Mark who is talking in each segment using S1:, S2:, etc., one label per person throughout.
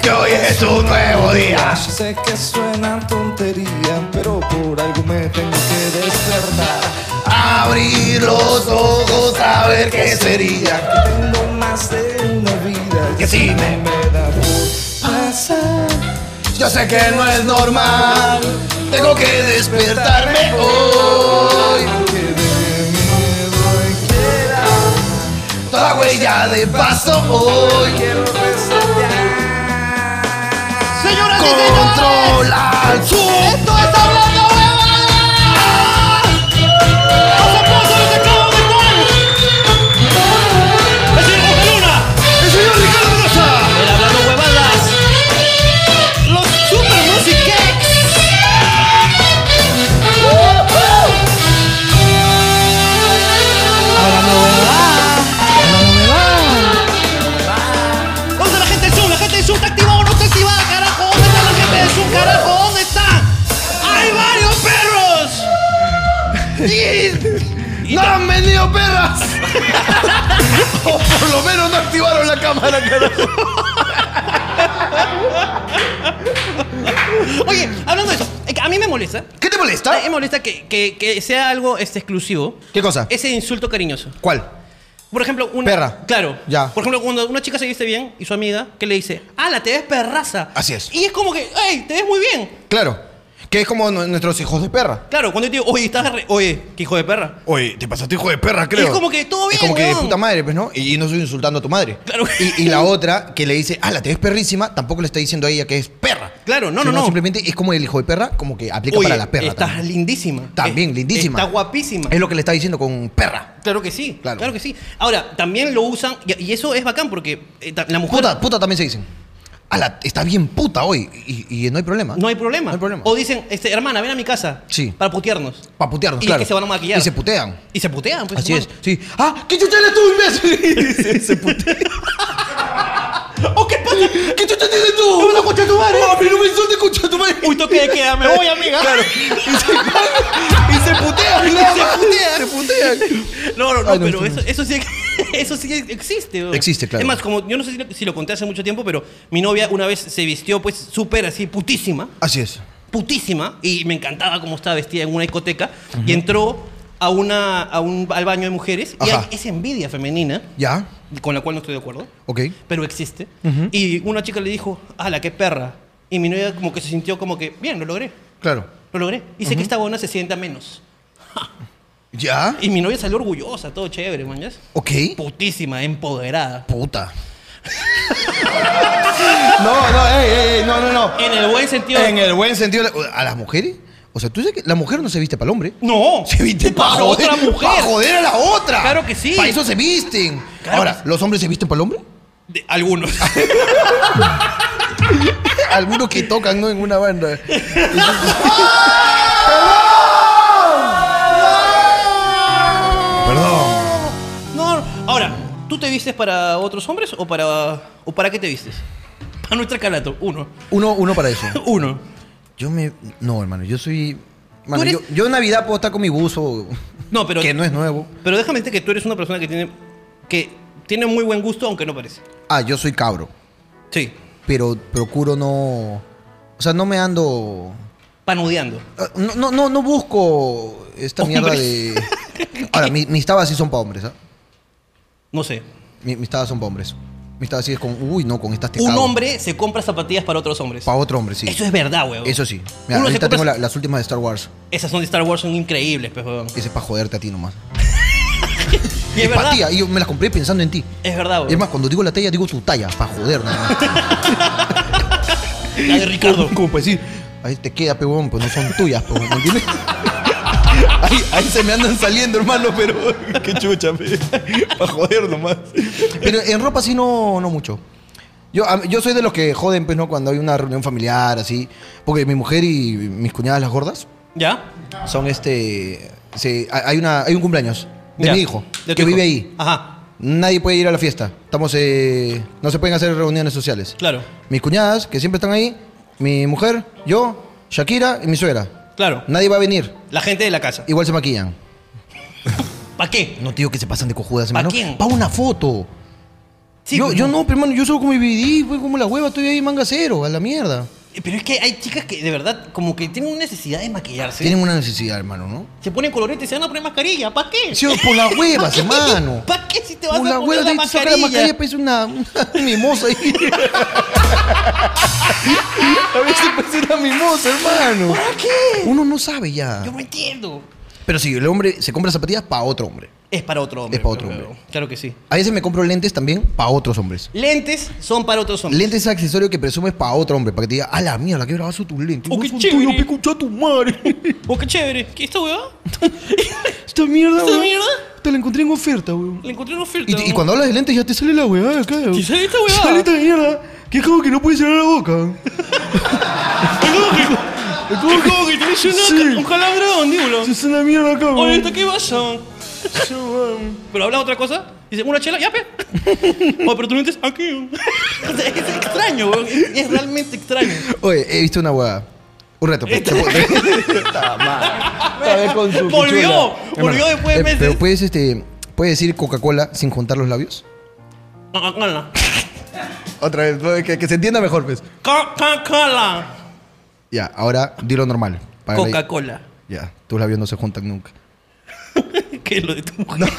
S1: que hoy es un nuevo día.
S2: Yo sé que suenan tonterías, pero por algo me tengo que despertar.
S1: Abrir los ojos a ver qué sería.
S2: Que Tengo más de una vida
S1: Que si me-
S2: da por pasar.
S1: Yo sé que no es normal, tengo que despertarme hoy.
S2: Que de miedo quiera,
S1: Toda huella de paso hoy.
S2: quiero resaltar.
S3: Señoras y señores,
S1: Controla su
S3: esto es hablando huevadas. Los aplausos del teclado virtual. El señor Jorge Luna,
S1: El señor Ricardo Mendoza.
S3: el hablando huevadas. Los super music Geeks. Hablando huevadas, hablando huevadas. ¿Dónde está la gente de Zoom? ¿La gente de Zoom está activada o no está activada, carajo? ¿Dónde está la gente de Zoom, carajo? ¿Dónde está? ¡Hay varios perros!
S1: ¡No han venido perras! o por lo menos no activaron la cámara, carajo.
S3: Oye, hablando de eso, eh, a mí me molesta.
S1: ¿Qué te molesta?
S3: Me molesta que, que- que sea algo este, exclusivo.
S1: ¿Qué cosa?
S3: Ese insulto cariñoso.
S1: ¿Cuál?
S3: Por ejemplo, una.
S1: Perra.
S3: Claro.
S1: Ya.
S3: Por ejemplo, cuando una chica se viste bien y su amiga, que le dice, ¡Hala, te ves perraza!
S1: Así es.
S3: Y es como que, ¡Ey, te ves muy bien!
S1: Claro. Que es como nu- nuestros hijos de perra.
S3: Claro, cuando yo te digo, oye, estás re- Oye, qué hijo de perra.
S1: Oye, te pasaste hijo de perra, creo.
S3: Es como que todo
S1: Es
S3: bien,
S1: como que de
S3: weón.
S1: puta madre, pues, ¿no? Y, y no estoy insultando a tu madre.
S3: Claro.
S1: Y, y la otra que le dice, ah, la te ves perrísima, tampoco le está diciendo a ella que es perra.
S3: Claro, no, no,
S1: Sino
S3: no.
S1: Simplemente es como el hijo de perra, como que aplica
S3: oye,
S1: para la perra.
S3: Estás
S1: también.
S3: lindísima.
S1: También,
S3: Es-
S1: lindísima.
S3: Estás guapísima.
S1: Es lo que le está diciendo con perra.
S3: Claro que sí,
S1: Claro.
S3: claro. que sí. Ahora, también lo usan, y, y eso es bacán porque eh, ta- la mujer.
S1: Puta, puta también se dicen. Ala, está bien puta hoy. Y, y no hay problema.
S3: No hay problema.
S1: ¿Ah? No hay problema.
S3: O dicen, este, hermana, ven a mi casa.
S1: Sí.
S3: Para putearnos.
S1: Para putearnos,
S3: y
S1: claro.
S3: que se van a maquillar.
S1: Y se putean.
S3: Y se putean, pues.
S1: Así es.
S3: hermano.
S1: Sí. ¡Ah! ¡Qué chucha eres tú, imbécil! se, se putea.
S3: ¡Oh, qué pasa!
S1: ¿Qué chucha tienes tú? ¡No me concha tu madre! ¡Mami, no me insultes, concha tu madre!
S3: Uy, toque de queda, me voy, amiga.
S1: Claro. Y se, y se putean. nada más. Se putean.
S3: No, no, no,
S1: Ay, no,
S3: pero
S1: no,
S3: eso,
S1: no.
S3: eso sí, eso sí existe. bro.
S1: Existe, claro.
S3: Es más, como yo no sé si lo, si lo conté hace mucho tiempo, pero mi novia una vez se vistió, pues, súper así, putísima.
S1: Así es.
S3: putísima y me encantaba cómo estaba vestida en una discoteca y entró a una a un al baño de mujeres y
S1: Ajá.
S3: hay esa envidia femenina
S1: ¿Ya?
S3: con la cual no estoy de acuerdo
S1: Ok.
S3: pero existe y una chica le dijo ala qué perra y mi novia como que se sintió como que bien lo logré
S1: Claro.
S3: lo logré y sé que esta buena se sienta menos
S1: ¿Ya?
S3: y mi novia salió orgullosa todo chévere mañas
S1: Ok.
S3: putísima empoderada
S1: Puta. no, no, ey, ey, ey, no, no, no.
S3: en el buen sentido
S1: En el buen sentido. ¿A las mujeres? O sea, tú sabes que la mujer no se viste para el hombre.
S3: no
S1: Se visten para,
S3: Para
S1: joder,
S3: otra mujer.
S1: Para joder a la otra.
S3: Claro que sí.
S1: Para eso se visten.
S3: Claro
S1: Ahora,
S3: que
S1: ¿los hombres se visten para el hombre?
S3: De- algunos
S1: Algunos que tocan, ¿no? En una banda. Perdón.
S3: No, ahora, ¿tú te vistes para otros hombres o para o para qué te vistes? Para nuestro calato, uno.
S1: Uno, uno para eso.
S3: Uno.
S1: Yo me. No, hermano, yo soy. Mano,
S3: eres-
S1: yo, yo en Navidad puedo estar con mi buzo.
S3: No, pero
S1: Que no es nuevo.
S3: pero déjame decirte que tú eres una persona que tiene que tiene muy buen gusto aunque no parece.
S1: Ah, yo soy cabro.
S3: Sí,
S1: Pero procuro no. O sea, no me ando.
S3: panudeando.
S1: Ah, No, no, no, no busco esta mierda de. Ahora, mi- mis tabas sí son para hombres, ¿ah?
S3: No sé.
S1: Mi- mis tabas son para hombres. Mis tabas sí es con. Uy, no, con estas te
S3: Un hombre se compra zapatillas para otros hombres.
S1: Para otro hombre, sí.
S3: Eso es verdad, weón.
S1: Eso sí. Mira,
S3: Uno se
S1: ahorita
S3: compra-
S1: tengo la- las últimas de Star Wars.
S3: Esas son de Star Wars, son increíbles, pues, weón.
S1: Ese es para joderte a ti nomás.
S3: Y es verdad.
S1: Empatía. ah, Y yo me las compré pensando en ti.
S3: Es verdad,
S1: Es
S3: weón.
S1: más, cuando digo la talla, digo tu talla. Para joder nomás.
S3: La de Ricardo.
S1: Como para decir, pues ahí te queda, pe, huevón, pues no son tuyas, pe, huevón, ¿me entiendes? Ahí, ahí se me andan saliendo, hermano, pero qué chucha, para joder nomás. Pero en ropa sí no, no mucho. Yo, a- yo soy de los que joden, pues, ¿no? Cuando hay una reunión familiar, así. Porque mi mujer y mis cuñadas las gordas
S3: ¿Ya?
S1: son este... se- hay- hay, una, hay un cumpleaños de
S3: Ya.
S1: mi hijo,
S3: De
S1: que
S3: tu hijo.
S1: vive ahí.
S3: Ajá.
S1: Nadie puede ir a la fiesta. Estamos... eh, no se pueden hacer reuniones sociales.
S3: Claro.
S1: Mis cuñadas, que siempre están ahí, mi mujer, yo, Shakira y mi suegra.
S3: Claro.
S1: Nadie va a venir.
S3: La gente de la casa.
S1: Igual se maquillan.
S3: ¿Para qué?
S1: No te digo que se pasan de cojudas,
S3: ¿Pa
S1: hermano.
S3: quién?
S1: Pa' una foto.
S3: Sí,
S1: yo,
S3: pues,
S1: yo
S3: no.
S1: no, pero hermano, yo solo con mi BD, fue como la hueva, estoy ahí manga cero, a la mierda.
S3: Pero es que hay chicas que de verdad como que tienen necesidad de maquillarse.
S1: Tienen una necesidad, hermano, ¿no?
S3: Se ponen colorete y se van a poner mascarilla. ¿Para qué?
S1: Sí, por las huevas, hermano.
S3: ¿Para qué si te vas
S1: Por
S3: a
S1: las
S3: poner
S1: huevas,
S3: la
S1: te saca la mascarilla,
S3: mascarilla?
S1: parece una, una mimosa ahí. a veces parece una mimosa, hermano.
S3: ¿Para qué?
S1: Uno no sabe ya.
S3: Yo no entiendo.
S1: Pero sí, el hombre se compra zapatillas para otro hombre.
S3: Es para otro hombre.
S1: Es para otro
S3: claro.
S1: hombre.
S3: Claro que sí.
S1: A veces me compro lentes también para otros hombres.
S3: Lentes son para otros hombres.
S1: Lentes es accesorio que presumes para otro hombre, para que te diga, a la mierda, qué bravazo tus lentes.
S3: Oh,
S1: no
S3: qué
S1: son
S3: chévere.
S1: tuyos, pico, cha tu madre.
S3: Oh, qué chévere. ¿Qué esta weá?
S1: Esta mierda,
S3: ¿Esta
S1: weón,
S3: mierda?
S1: Te la encontré en oferta, weón.
S3: Le encontré una oferta.
S1: Y, y
S3: ¿no?
S1: cuando hablas de lentes ya te sale la weá de acá. weón.
S3: Te sale esta weá.
S1: Sale esta mierda. Que es como que no puedes cerrar la boca.
S3: Es como que, tenés una,
S1: Sí.
S3: un calambre de mandíbula.
S1: Se hace una mierda acá, weón.
S3: Oye, ¿esto qué pasa? Pero habla otra cosa. Dice, una chela, ya, pe. Oye, pero tú no entiendes aquí. O sea, es extraño, weón. Es, es realmente extraño.
S1: Oye, he visto una weá. Un rato. pues. Está mal. Está bien con su
S3: Volvió,
S1: pichula. Hermano,
S3: volvió
S1: eh,
S3: después de meses.
S1: Pero puedes, este, puedes decir Coca-Cola sin juntar los labios.
S3: Ah, Coca-Cola.
S1: Otra vez, ¿no? que, que se entienda mejor, pues.
S3: Coca-Cola.
S1: Ya, ahora dilo normal. Para la-
S3: Coca-Cola.
S1: Ya, tus labios no se juntan nunca.
S3: ¿Qué es lo de tu mujer?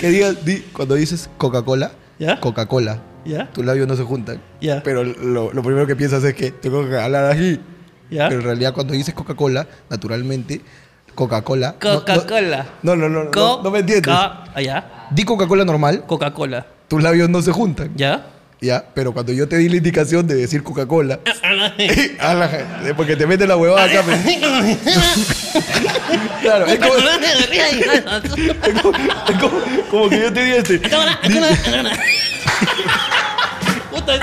S1: Que digas, di- cuando dices Coca-Cola,
S3: ¿Ya?
S1: Coca-Cola,
S3: ¿Ya?
S1: tus labios no se juntan.
S3: Ya.
S1: Pero lo, lo primero que piensas es que tengo que hablar así.
S3: ¿Ya?
S1: Pero en realidad cuando dices Coca-Cola, naturalmente, Coca-Cola... no- no-
S3: Coca-Cola.
S1: No, no, no, no, no, no me entiendes.
S3: Coca- ah, ¿Ya?
S1: Di Coca-Cola normal,
S3: Coca-Cola.
S1: tus labios no se juntan.
S3: ¿Ya?
S1: Ya, pero cuando yo te di la indicación de decir Coca-Cola,
S3: Ah,
S1: a la gente, porque te mete la huevada acá. pues. Claro, es como, es como, como que yo te di este.
S3: Puta,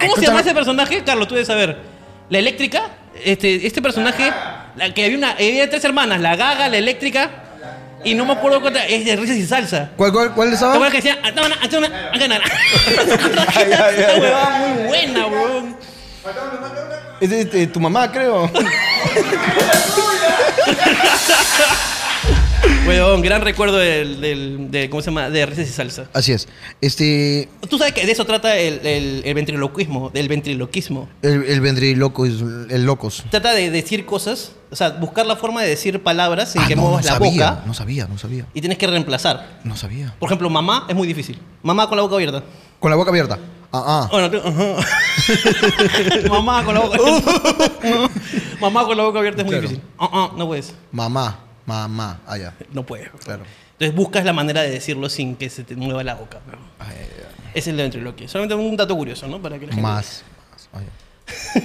S3: ¿Cómo se llama ese personaje? Carlos, tú debes saber. La eléctrica, este, este personaje, la que había una, había tres hermanas, la gaga, la eléctrica, y no me acuerdo cuánta, es de risas y salsa.
S1: ¿Cuál, cuál, cuál es
S3: ¿Te
S1: esa?
S3: acuerdas que decía, "Ah, "Atona, atona, atona"?
S1: Ay, ay,
S3: Esa
S1: ay.
S3: huevada muy buena, weón.
S1: Es este, tu mamá, creo.
S3: Weón, gran recuerdo del, del- de, ¿cómo se llama? De risas y salsa.
S1: Así es. Este,
S3: Tú sabes que de eso trata el, el, el ventriloquismo, del ventriloquismo.
S1: el, el vendriloco es el locos.
S3: Trata de decir cosas, o sea, buscar la forma de decir palabras sin
S1: Ah,
S3: que
S1: no,
S3: muevas
S1: no
S3: la
S1: sabía,
S3: boca
S1: No sabía, no sabía,
S3: y tienes que reemplazar.
S1: no sabía.
S3: Por ejemplo, mamá es muy difícil. Mamá con la boca abierta.
S1: Con la boca abierta. Ah, ah.
S3: Bueno, tú- ajá. mamá con la boca abierta. mamá con la boca abierta es muy
S1: Claro.
S3: difícil. Ah, ah, no puedes.
S1: Mamá, mamá. Ah, ya.
S3: No puedes.
S1: Claro.
S3: Entonces buscas la manera de decirlo sin que se te mueva la boca. weón.
S1: Ay, ay,
S3: Ese es el ventriloquio. Solamente un dato curioso, ¿no? Para que la
S1: ay.
S3: gente-
S1: Más. más. Ah, ya.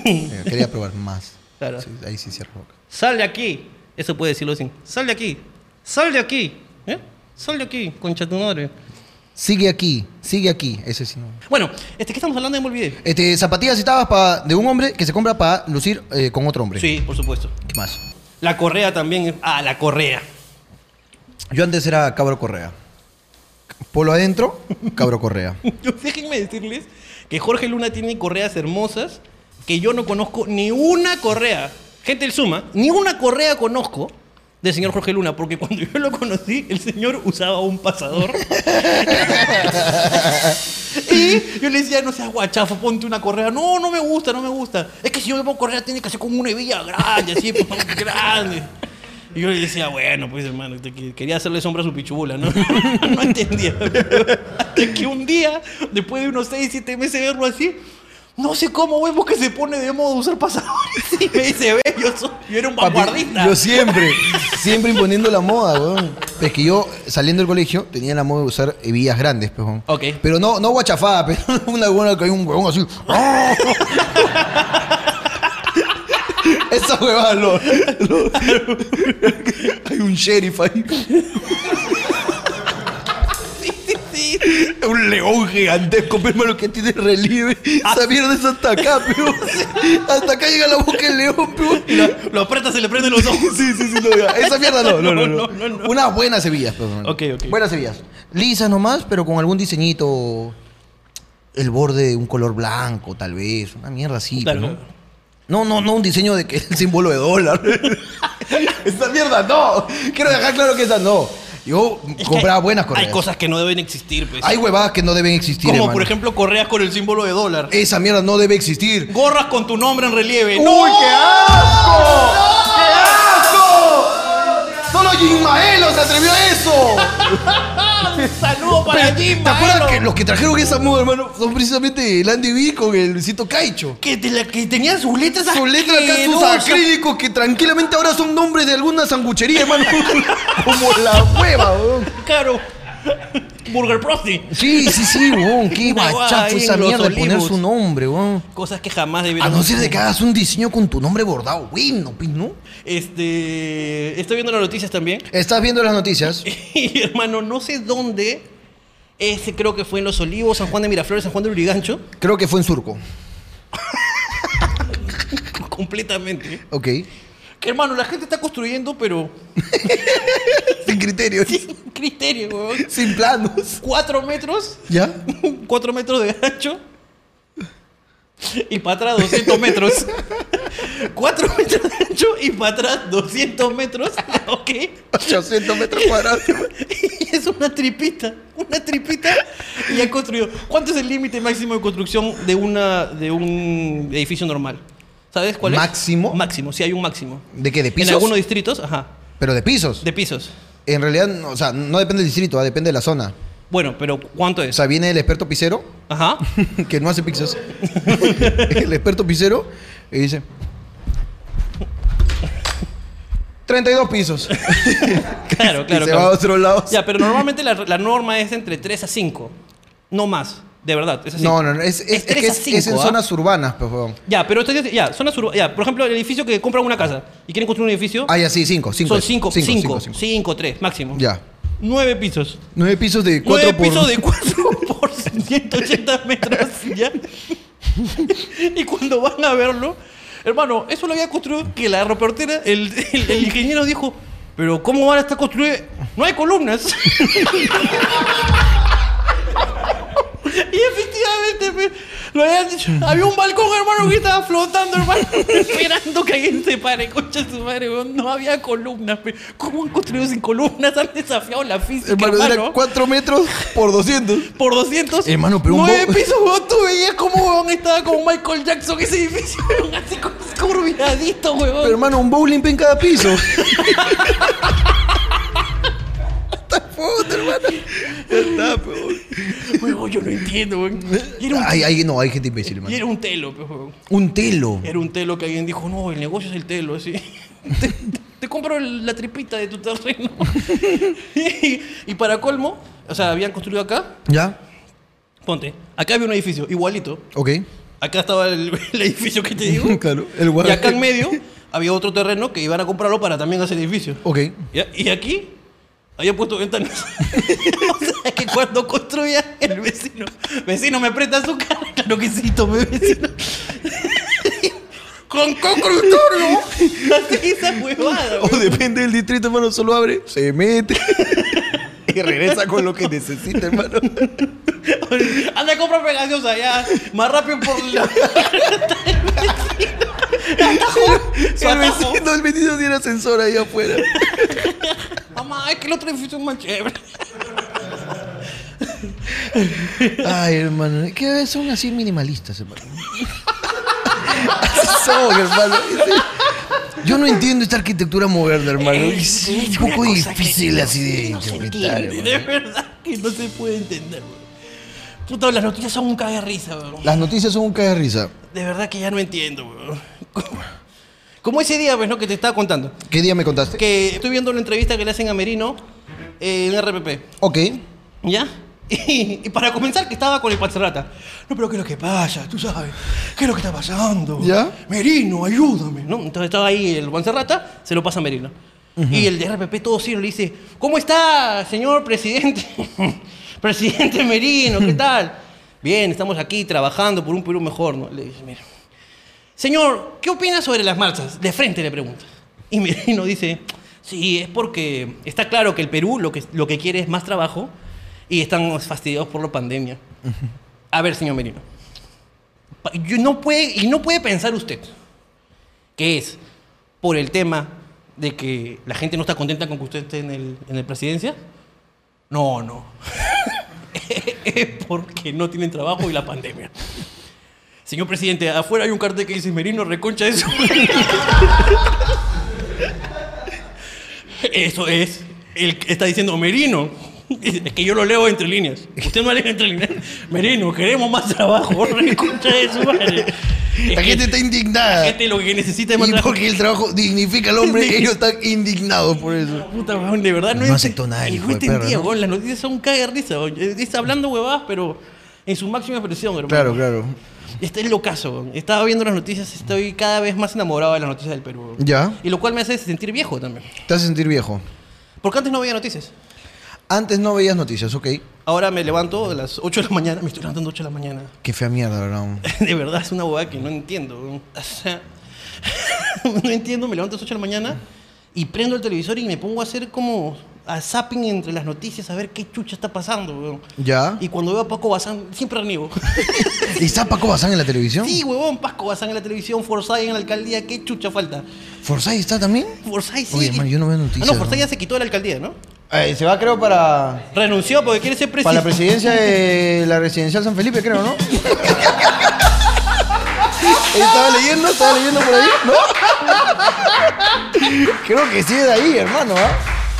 S1: Eh, Quería probar más.
S3: Claro.
S1: Sí, ahí sí cierro boca.
S3: Sal de aquí. Eso puede decirlo sin. Sal de aquí. Sal de aquí. ¿Eh? Sal de aquí, concha tu madre.
S1: Sigue aquí, sigue aquí. Ese sí no.
S3: Bueno, este, ¿qué estamos hablando? Ya Me olvidé.
S1: Este, zapatillas y tabas pa- de un hombre que se compra para lucir eh, con otro hombre.
S3: Sí, por supuesto.
S1: ¿Qué más?
S3: La correa también. es- Ah, la correa.
S1: Yo antes era cabro correa. Polo adentro, cabro correa.
S3: Yo- Déjenme decirles que Jorge Luna tiene correas hermosas que yo no conozco ni una correa. Gente del Suma, ni una correa conozco del señor Jorge Luna, porque cuando yo lo conocí, el señor usaba un pasador. y yo le decía, no seas guachafo, ponte una correa. No, no me gusta, no me gusta. Es que si yo me pongo correa, tiene que ser como una hebilla grande, así, pues, grande. Y yo le decía, bueno, pues hermano, te que- quería hacerle sombra a su pichula, ¿no? no entendía. Hasta que un día, después de unos 6, 7 meses de verlo así, no sé cómo vemos que se pone de moda usar pasadores. Y me dice, ve, yo, soy- yo era un
S1: Papi,
S3: vanguardista.
S1: Yo siempre, siempre imponiendo la moda, weón. Pero Es que yo, saliendo del colegio, tenía la moda de usar hebillas grandes, pues, weón.
S3: Ok.
S1: Pero no, no guachafada, pero una buena que hay un huevón así. ¡Ah! Esa huevada lo, lo- Hay un sheriff ahí.
S3: Sí, sí, sí.
S1: Un león gigantesco, pero hermano, que tiene relieve.
S3: Ah.
S1: Esa mierda es hasta acá, pero Hasta acá llega la boca del león, pero
S3: Lo, lo aprieta, se le prenden los ojos.
S1: Sí, sí, sí, no, ya. Esa mierda no, no, no. no,
S3: No, no, no.
S1: Unas buenas hebillas, pues, hermano.
S3: Ok, ok.
S1: Buenas hebillas. Lisas nomás, pero con algún diseñito. El borde de un color blanco, tal vez. Una mierda así,
S3: Claro.
S1: pues, ¿no? No, no, no un diseño de que el símbolo de dólar. esa mierda no. Quiero dejar claro que esa no. Yo compraba buenas correas.
S3: Hay cosas que no deben existir, pues.
S1: Hay huevadas que no deben existir.
S3: Como
S1: hermano.
S3: por ejemplo correas con el símbolo de dólar.
S1: Esa mierda no debe existir.
S3: Gorras con tu nombre en relieve.
S1: ¡Uy, qué asco! ¡Qué asco! Solo Gismaelo se atrevió a eso.
S3: ¡No! ¡Saludo para ti,
S1: ¿Te acuerdas que los que trajeron esa moda, hermano, son precisamente el Andy B con el Luisito Caicho?
S3: que, te la- que tenían sus letras
S1: Su letra acá, sus
S3: asquerosas.
S1: acrílicos que tranquilamente ahora son nombres de alguna sanguchería, hermano. Como la hueva, weón.
S3: Claro. Burger Prosti.
S1: Sí, sí, sí, weón. Qué
S3: Una huevada
S1: guachazo
S3: ahí
S1: esa
S3: en Los
S1: mierda de poner
S3: Olivos.
S1: su nombre, weón.
S3: Cosas que jamás
S1: A
S3: debieron
S1: Ah, no ser de que hagas un diseño con tu nombre bordado, bueno, pues, ¿no?
S3: Este. Estoy viendo las noticias también.
S1: Estás viendo las noticias.
S3: Y hermano, no sé dónde. Ese creo que fue en Los Olivos, San Juan de Miraflores, San Juan de Urigancho.
S1: Creo que fue en Surco.
S3: Completamente.
S1: Ok.
S3: Que hermano, la gente está construyendo, pero.
S1: Sin criterios.
S3: Sin criterio, weón.
S1: Sin planos.
S3: Cuatro metros.
S1: ¿Ya?
S3: Cuatro metros de ancho. Y para atrás 200 metros. Cuatro metros de ancho y para atrás 200 metros. Ok.
S1: 800 metros cuadrados.
S3: Y es una tripita, una tripita y han construido. ¿Cuánto es el límite máximo de construcción de una de un edificio normal? ¿Sabes cuál
S1: ¿Máximo?
S3: es? Máximo, sí hay un máximo.
S1: ¿De qué? ¿De
S3: En
S1: pisos?
S3: algunos distritos, ajá,
S1: Pero de pisos.
S3: de pisos.
S1: En realidad, no, o sea, no depende del distrito, ah, depende de la zona.
S3: Bueno, pero ¿cuánto
S1: O
S3: es?
S1: sea, viene el experto pisero,
S3: Ajá.
S1: que no hace pizzas. el experto pisero y dice... 32 pisos.
S3: Claro, claro.
S1: y se
S3: claro.
S1: va a otro lado.
S3: Ya, pero normalmente la, la norma es entre 3 a 5, no más, de verdad, es así.
S1: No, no, no. Es, es- es
S3: tres
S1: que
S3: a
S1: es,
S3: cinco,
S1: es en
S3: ¿ah?
S1: zonas urbanas, pues, weón.
S3: Ya, pero esto es- ya, zonas urba- ya, por ejemplo, el edificio que compran una casa y quieren construir un edificio,
S1: Ah, ya, sí, 5.
S3: son 5, 5, 5, 3 máximo.
S1: Ya.
S3: 9 pisos.
S1: 9 pisos de 4
S3: Nueve
S1: por...
S3: pisos de 4 por 180 metros, ¿ya? y cuando van a verlo, hermano, eso lo había construido que la reportera, el, el- el ingeniero dijo, pero ¿cómo van a estar construidos? No hay columnas. Y efectivamente, pe, lo habían dicho. Había un balcón, hermano, que estaba flotando, hermano, esperando que alguien se pare, concha de su madre, weón. No había columnas, pe. ¿Cómo han construido sin columnas? Han desafiado la física, hermano.
S1: Hermano, era 4 metros por 200.
S3: por 200.
S1: Hermano, pero un
S3: Nueve
S1: bo-
S3: pisos, weón. Tú veías cómo, weón, estaba como Michael Jackson ese edificio, weón, así con- curviadito, weón.
S1: Pero, hermano, un bowling en cada piso. Está puta, hermano. Ya está, weón.
S3: Weón, yo no entiendo, weón. Y era un,
S1: Ay, ay, no, hay gente imbécil,
S3: y
S1: hermano.
S3: era un telo, pe, weón.
S1: Un telo.
S3: Era un telo que alguien dijo, no, el negocio es el telo, así. Te, te- te compro el- la tripita de tu terreno. y, y para colmo, o sea, habían construido acá,
S1: ¿Ya?
S3: ponte, acá había un edificio igualito.
S1: Ok.
S3: Acá estaba el, el edificio que te digo.
S1: Claro, el
S3: y
S1: guarda-
S3: acá en medio había otro terreno que iban a comprarlo para también hacer edificio.
S1: Ok.
S3: Ya, Y aquí había puesto ventanas. o sea que cuando construía el vecino, vecino me presta su cara, claro que sí, tomé vecino. Con constructorio. Así esa huevada.
S1: O
S3: güey.
S1: Oh, depende del distrito, hermano, solo abre, se mete y regresa con lo que necesita, hermano.
S3: Anda, compra pegasiosa ya. Más rápido por la. Atajo. Su
S1: El
S3: atajo.
S1: vecino, el vecino tiene ascensor ahí afuera.
S3: Mamá, es que el otro edificio es más chévere.
S1: Ay, hermano, que son así minimalistas, hermano. Así son, hermano. Yo no entiendo esta arquitectura moderna, hermano.
S3: Eh,
S1: Es un poco difícil así de interpretar,
S3: De
S1: hermano.
S3: verdad que no se puede entender, güey. Puta, las noticias son un caga de risa, güey.
S1: Las noticias son un cae de risa.
S3: De verdad que ya no entiendo, güey. Como- Como ese día, pues, ¿no? Que te estaba contando.
S1: ¿Qué día me contaste?
S3: Que estoy viendo la entrevista que le hacen a Merino eh, en RPP.
S1: Ok.
S3: ¿Ya? Y, y para comenzar, que estaba con el Pazerrata. No, pero ¿qué es lo que pasa? ¿Tú sabes? ¿Qué es lo que está pasando?
S1: ¿Ya?
S3: Merino, ayúdame. ¿No? Entonces estaba ahí el Pazerrata, se lo pasa a Merino. Y el de RPP todo serio le dice, ¿cómo está, señor presidente? presidente Merino, ¿qué tal? Bien, estamos aquí trabajando por un Perú mejor, ¿no? Le dice, mira. Señor, ¿qué opina sobre las marchas? De frente le pregunta. Y Merino dice, sí, es porque está claro que el Perú lo que, lo que quiere es más trabajo y están fastidiados por la pandemia. A ver, señor Merino, pa- yo no puede, y no puede pensar usted que es por el tema de que la gente no está contenta con que usted esté en el, en el presidencia. No, no. es porque no tienen trabajo y la pandemia. Señor presidente, afuera hay un cartel que dice Merino, reconcha eso. eso es. El que está diciendo Merino. Es que yo lo leo entre líneas. Usted no lee entre líneas. Merino, queremos más trabajo. Reconcha de su madre. Es
S1: La
S3: que
S1: gente está indignada.
S3: la gente lo que necesita es más
S1: Y
S3: trabajo.
S1: porque el trabajo dignifica al hombre, ellos están indignados por eso.
S3: Puta, weón, de verdad no,
S1: No
S3: ent-
S1: aceptó nada el
S3: Y
S1: hijo
S3: no
S1: de perra,
S3: entendía,
S1: ¿no?
S3: weón, Las noticias son un cague de risa. weón. Está hablando huevadas, pero en su máxima expresión, hermano.
S1: Claro, claro.
S3: Este es locazo. weón. Estaba viendo las noticias, estoy cada vez más enamorado de las noticias del Perú. weón.
S1: Ya.
S3: Y lo cual me hace sentir viejo también.
S1: Te hace sentir viejo.
S3: Porque antes no veía noticias.
S1: Antes no veías noticias, ok.
S3: Ahora me levanto a las 8 de la mañana, me estoy levantando a 8 de la mañana.
S1: Qué fea mierda, ¿verdad?
S3: De verdad, es una huevada que no entiendo. weón. O sea, no entiendo, me levanto a las 8 de la mañana y prendo el televisor y me pongo a hacer como a zapping entre las noticias a ver qué chucha está pasando. weón.
S1: Ya.
S3: Y cuando veo a Paco Bazán, siempre reniego.
S1: ¿Y está Paco Bazán en la televisión?
S3: sí, huevón, Paco Bazán en la televisión, Forsyth en la alcaldía, qué chucha falta.
S1: ¿Forsyth está también?
S3: Forsyth sí.
S1: Oye, hermano, yo no veo noticias,
S3: Ah, no, Forsyth
S1: ¿no?
S3: ya se quitó de la alcaldía, ¿no?
S1: Eh, se va, creo, para,
S3: Renunció porque quiere ser
S1: para la
S3: presidente.
S1: presidencia de la residencial San Felipe, creo, ¿no? Estaba leyendo, estaba leyendo por ahí, ¿no? Creo que sí es de ahí, hermano, ¿ah?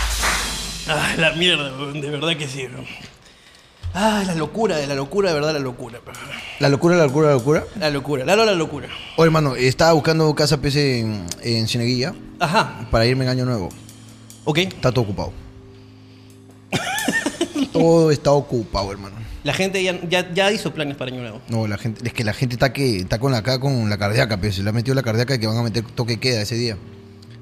S3: Ah, la mierda, huevón, de verdad que sí, huevón. Ah, la locura, de la locura, de verdad, la locura. pe.
S1: La locura, la locura, la locura.
S3: La locura, Lalo, la locura.
S1: Oye, hermano, estaba buscando casa PC en, en Cieneguilla
S3: Ajá,
S1: para irme en año nuevo.
S3: ok.
S1: Está todo ocupado. todo está ocupado, hermano.
S3: La gente ya, ya, ya hizo planes para Año Nuevo.
S1: No, la gente, es que la gente está que está con la acá con la cardíaca, pero se le ha metido la cardíaca de que van a meter toque queda ese día.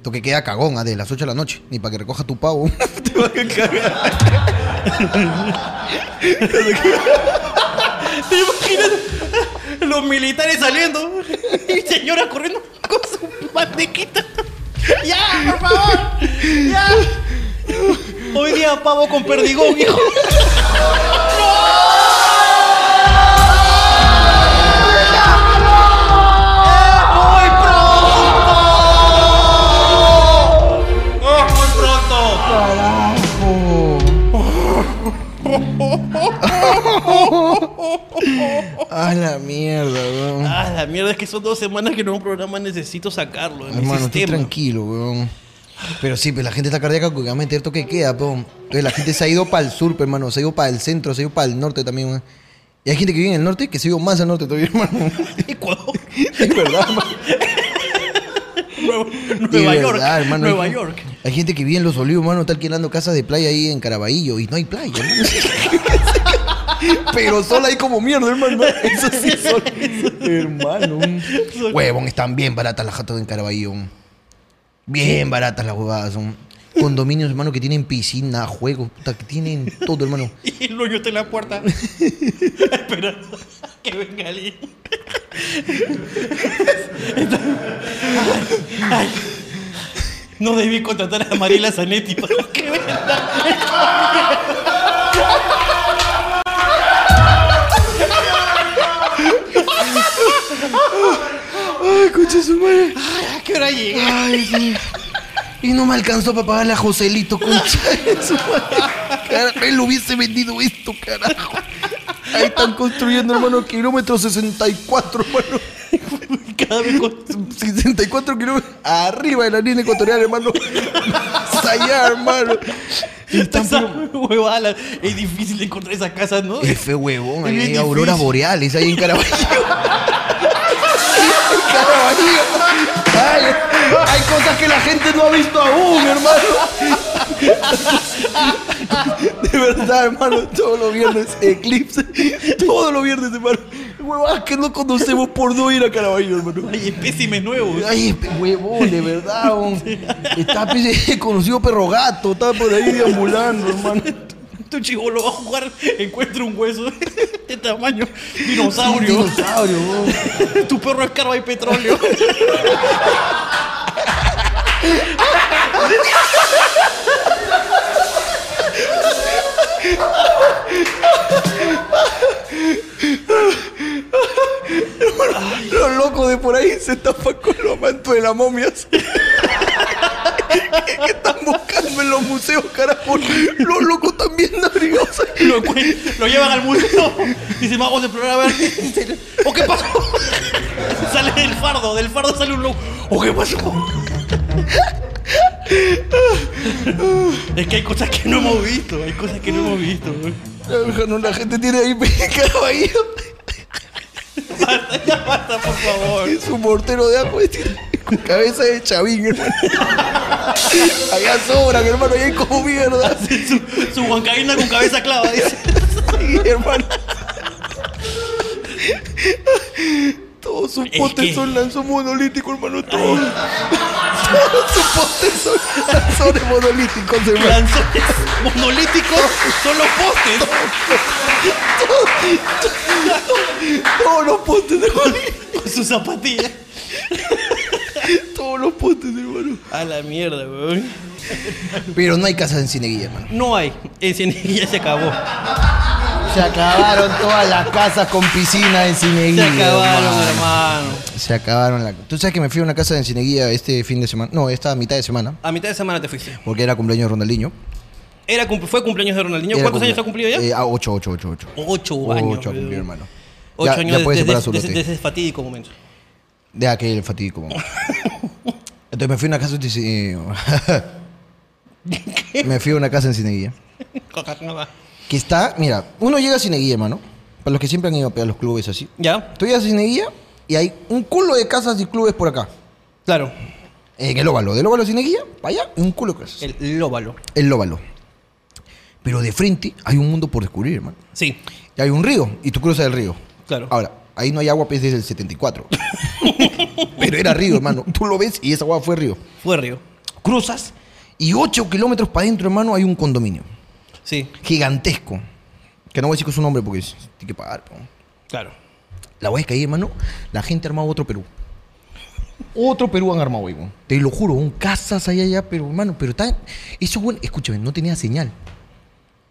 S1: Toque queda cagón, ah, de las 8 de la noche, ni para que recoja tu pavo. Te vas a cagar.
S3: ¿Te imaginas? Los militares saliendo y señora corriendo con su mantequita. ¡Ya, por favor! ¡Ya! Hoy día pavo con perdigón, hijo.
S1: A la mierda, weón.
S3: Ah, la mierda es que son dos semanas que no hay un programa, necesito sacarlo de mi
S1: Hermano, tú
S3: sistema.
S1: tranquilo, weón. Pero sí, pues la gente está cardíaca porque va a meter toque queda, weón. Entonces la gente se ha ido para el sur, pe, hermano, se ha ido para el centro, se ha ido para el norte también, weón. Y hay gente que vive en el norte que se ha ido más al norte todavía, hermano.
S3: Ecuador.
S1: Es verdad, hermano.
S3: Nueva,
S1: De
S3: Nueva York.
S1: verdad, hermano.
S3: Nueva
S1: Hay-
S3: York.
S1: Hay gente que vive en Los Olivos, hermano, está alquilando casas de playa ahí en Caraballo y no hay playa. hermano. Pero sola hay como mierda, hermano. Eso sí, sol. hermano. Huevón, están bien baratas las jatas en Caraballo. Bien baratas las huevadas. Son condominios, hermano, que tienen piscina, juegos, puta, que tienen todo, hermano.
S3: Y el hoyo está en la puerta. Esperando que venga alguien. Ay, ay. No debí contratar a Mariela Zanetti para que venda.
S1: Ay, coche su madre.
S3: ¿A qué hora llega?
S1: Ay, sí. Y no me alcanzó para pagarle a Joselito, concha de su madre. Carajo, él hubiese vendido esto, carajo. Ahí están construyendo, hermano, kilómetro 64, hermano.
S3: Cada vez con-
S1: 64 kilómetros arriba de la línea ecuatorial, hermano. Hasta Allá, hermano.
S3: esa huevada la- es difícil encontrar esas casas, ¿no?
S1: F huevón,
S3: Es
S1: ahí
S3: bien
S1: hay
S3: difícil.
S1: auroras boreales, ahí en Caraballo. en Caraballo. Ay, hay cosas que la gente no ha visto aún, hermano. De verdad, hermano, todos los viernes, eclipse. Todos los viernes, hermano. Huevadas que no conocemos por no ir a Caraballo, hermano.
S3: Hay espécimes nuevos.
S1: Ay, huevón, de verdad, huevón. Está pues, conocido perro gato, está por ahí deambulando, hermano.
S3: Tu chivolo va a jugar, encuentra un hueso de tamaño dinosaurio.
S1: Dinosaurio, huevón.
S3: tu perro escarba y petróleo.
S1: Los locos de por ahí se tapa con los mantos de las momias. ¿Qué están buscando en los museos, carajo? Los locos también abrigados.
S3: Lo, cu- lo llevan al museo. Dice, vamos a explorar a ver. ¿O qué pasó? sale del fardo, del fardo sale un Oh, loco. ¿O qué pasó? es que hay cosas que no hemos visto, hay cosas que no hemos visto. güey.
S1: No, la gente tiene ahí pescado ahí.
S3: Basta, ya basta, por favor.
S1: Es un mortero de ajo. tiene Cabeza de chavín, hermano. Allá sobran, hermano. Allá hay como mierda.
S3: Su, su huancaína con cabeza clava, dice.
S1: Sí, hermano. Todos sus
S3: Es
S1: postes
S3: que-
S1: son lanzos monolíticos, hermano. Todos. Todos sus postes son lanzones monolíticos, hermano.
S3: Lanzones monolíticos son los postes.
S1: Todos los postes, hermano.
S3: Con sus zapatillas.
S1: Todos los postes, hermano.
S3: A la mierda, weón.
S1: Pero no hay casa en Cineguilla, hermano.
S3: No hay. En Cieneguilla se acabó.
S1: Se acabaron todas las casas con piscina en
S3: Se
S1: Cineguilla.
S3: acabaron, hermano.
S1: Se acabaron la... Tú sabes que me fui a una casa de Cineguía este fin de semana. No, esta mitad de semana.
S3: A mitad de semana te fuiste.
S1: Porque era cumpleaños de Ronaldinho.
S3: Era cum- fue cumpleaños de Ronaldinho.
S1: Era
S3: ¿Cuántos
S1: cumple-
S3: años ha cumplido ya?
S1: Eh, ah, ocho, ocho, ocho, ocho.
S3: ocho años.
S1: Ocho ha
S3: weón.
S1: cumplido, hermano.
S3: Ocho
S1: ya,
S3: años
S1: ya puede
S3: desde,
S1: separar su
S3: desde-
S1: lote.
S3: desde ese fatídico momento.
S1: Deja que el fatídico, vamos. Entonces me fui a una casa de Cineguía. me fui a una casa en Cineguía. Que está... Mira, uno llega a Cineguía, hermano. Para los que siempre han ido a los clubes así.
S3: ¿Ya?
S1: Tú llegas a Cineguía y hay un culo de casas y clubes por acá.
S3: Claro.
S1: En el óvalo. Del óvalo a Cineguía, para allá, un culo de casas.
S3: El óvalo.
S1: el óvalo. Pero de frente hay un mundo por descubrir, hermano.
S3: Sí.
S1: Y hay un río, y tú cruzas el río.
S3: Claro.
S1: Ahora, ahí no hay agua pues, desde el 74. Pero era río, hermano. Tú lo ves y esa agua fue río.
S3: Fue Río.
S1: Cruzas y 8 kilómetros para adentro, hermano, hay un condominio.
S3: Sí.
S1: Gigantesco. Que no voy a decir que es su nombre porque es- tiene que pagar. po.
S3: Claro.
S1: La voy a caer, hermano. La gente ha armado otro Perú. Otro Perú han armado, weón. Te lo juro, un casas allá, allá, pero hermano, pero tan. Eso, bueno, escúchame, no tenía señal.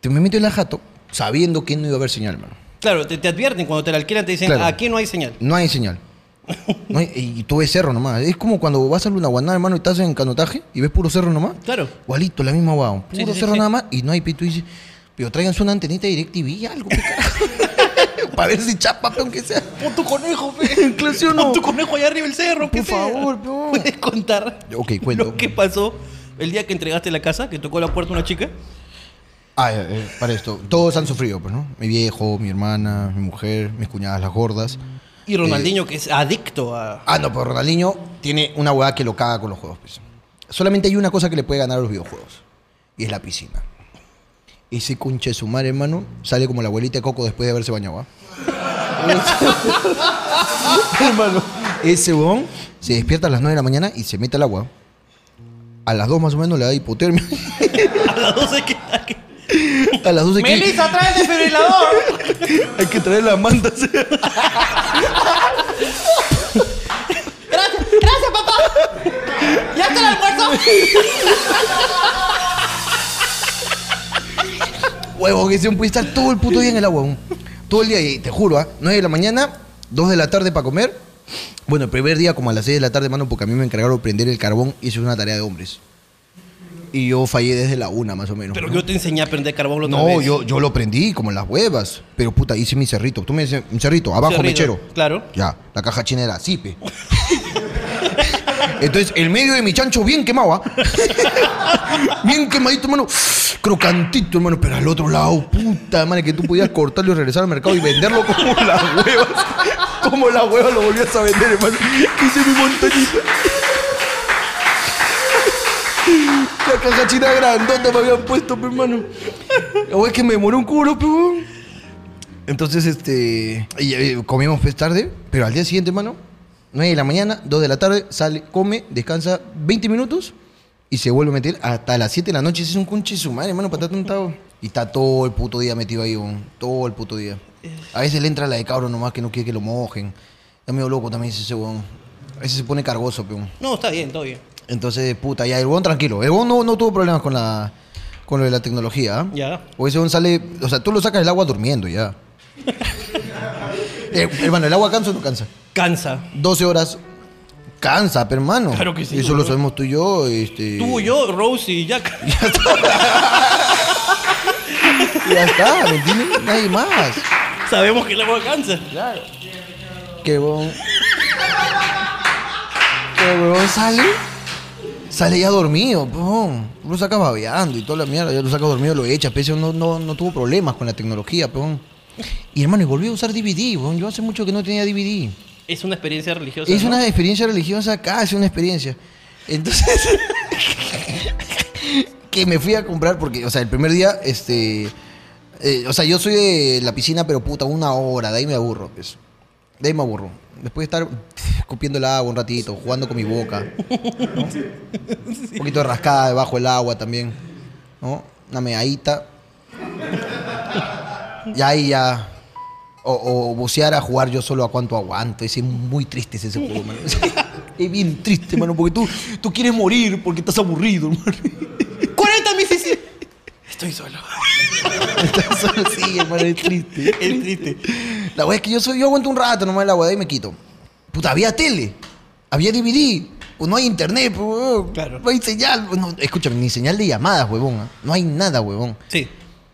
S1: Te me meto en la jato sabiendo que no iba a haber señal, hermano.
S3: Claro, te, te advierten cuando te la alquilan, te dicen,
S1: Claro.
S3: aquí no hay señal.
S1: No hay señal. No hay- y tú ves cerro nomás. Es como cuando vas a Lunaguaná, hermano, y estás en canotaje y ves puro cerro nomás.
S3: Claro.
S1: Igualito, la misma guau.
S3: Sí,
S1: Puro
S3: sí, sí,
S1: cerro
S3: sí.
S1: nada más y no hay pito. Y dices, pero tráiganse una antenita de DirecTV, algo. pe, carajo. Para ver si chapa, pe, aunque sea.
S3: Pon tu conejo, fe.
S1: Claro, ¿sí o no?
S3: Pon tu conejo allá arriba del
S1: Por
S3: cerro, que sea.
S1: favor, no.
S3: ¿Puedes contar
S1: Ok, cuento.
S3: lo que pasó el día que entregaste la casa, que tocó la puerta una chica?
S1: Ah, eh, eh, para esto. Todos han sufrido, pues, ¿no? Mi viejo, mi hermana, mi mujer, mis cuñadas, las gordas.
S3: Y
S1: Eh.
S3: Ronaldinho, que es adicto a...
S1: Ah, no, pero Ronaldinho tiene una hueá que lo caga con los juegos, pues. Solamente hay una cosa que le puede ganar a los videojuegos. Y es la piscina. Ese conche de su madre, hermano, sale como la abuelita de Coco después de haberse bañado, ¿ah? hermano, ese huevón se despierta a las 9 de la mañana y se mete al agua. A las 2 más o menos le da hipotermia.
S3: A las 12 que...
S1: A las 12 que...
S3: ¡Melissa, trae el desfibrilador!
S1: Hay que traer las mantas.
S4: Gracias, papá. ¿Ya está el almuerzo?
S1: Huevo, que se puede estar todo el puto día en el agua. huevón. Todo el día, y te juro, ¿ah? 9 de la mañana, 2 de la tarde para comer. Bueno, el primer día como a las 6 de la tarde, mano, porque a mí me encargaron prender el carbón y eso es una tarea de hombres. Y yo fallé desde la una, más o menos.
S3: Pero
S1: ¿no?
S3: yo te enseñé a prender carbón la otra
S1: No,
S3: vez.
S1: yo, yo lo prendí como en las huevas. Pero puta, hice mi cerrito. Tú me dices, un cerrito, abajo
S3: Cerrito,
S1: mechero.
S3: Claro.
S1: Ya, la caja china era así, pe. Entonces, el medio de mi chancho bien quemado, ¿ah? Bien quemadito, hermano. Crocantito, hermano. Pero al otro lado, puta madre, que tú podías cortarlo y regresar al mercado y venderlo como las huevas. Como las huevas lo volvías a vender, hermano. Hice mi montañita. La caja china grandota me habían puesto, pe, hermano. O es que me demoró un culo, pe, weón. Entonces, este. y, eh, comimos pues tarde, pero al día siguiente, hermano, 9 de la mañana, 2 de la tarde, sale, come, descansa 20 minutos y se vuelve a meter hasta las 7 de la noche. Ese Es un conche de su madre, hermano, para estar tentado. Y está todo el puto día metido ahí, weón, todo el puto día. A veces le entra la de cabro nomás que no quiere que lo mojen. Es medio loco también ese weón. A veces se pone cargoso, peón.
S3: No, está bien, todo bien.
S1: Entonces, puta, ya, el Bon tranquilo. El Bon no, no tuvo problemas con la con lo de la tecnología. ¿ah?
S3: Ya.
S1: O ese Bon sale, o sea, tú lo sacas del agua durmiendo ya. Eh, hermano, ¿el agua cansa o no cansa?
S3: Cansa.
S1: 12 horas cansa, pero hermano.
S3: Claro que sí,
S1: Eso
S3: boludo.
S1: lo sabemos tú y yo. Este...
S3: Tú, yo, Rose y Jack.
S1: Ya está, ¿me entiendes? Nadie más.
S3: Sabemos que la agua cansa.
S1: Que bon. Que huevón sale. Sale ya dormido, pejón. Lo sacas babeando y toda la mierda. Ya lo sacas dormido, lo echa. Pese no, no, no tuvo problemas con la tecnología, pejón. Y hermano, y volví a usar DVD, pejón. Yo hace mucho que no tenía DVD.
S3: Es una experiencia religiosa.
S1: es
S3: ¿no?
S1: una experiencia religiosa, casi una experiencia. Entonces, que me fui a comprar porque, o sea, el primer día, este, eh, o sea, yo soy de la piscina, pero puta, una hora, de ahí me aburro, pues. De ahí me aburro. Después de estar escupiendo el agua un ratito, jugando con mi boca, ¿no? un poquito de rascada debajo del agua también, ¿no? Una medallita. Y ahí ya. O, o bucear a jugar yo solo a cuánto aguanto. Ese Es muy triste ese juego, mano. Es bien triste, mano, porque tú, tú quieres morir porque estás aburrido, hermano.
S3: 40 meses. sí. Estoy solo.
S1: Estás solo así, hermano, es triste.
S3: Es triste.
S1: La wea es que yo, soy, yo aguanto un rato nomás el agua, de ahí me quito. Puta, había tele, había DVD, pues no hay internet, pues, huevón.
S3: Claro.
S1: no hay señal. pues, no- escúchame, ni señal de llamadas, huevón. ah. No hay nada, huevón.
S3: Sí.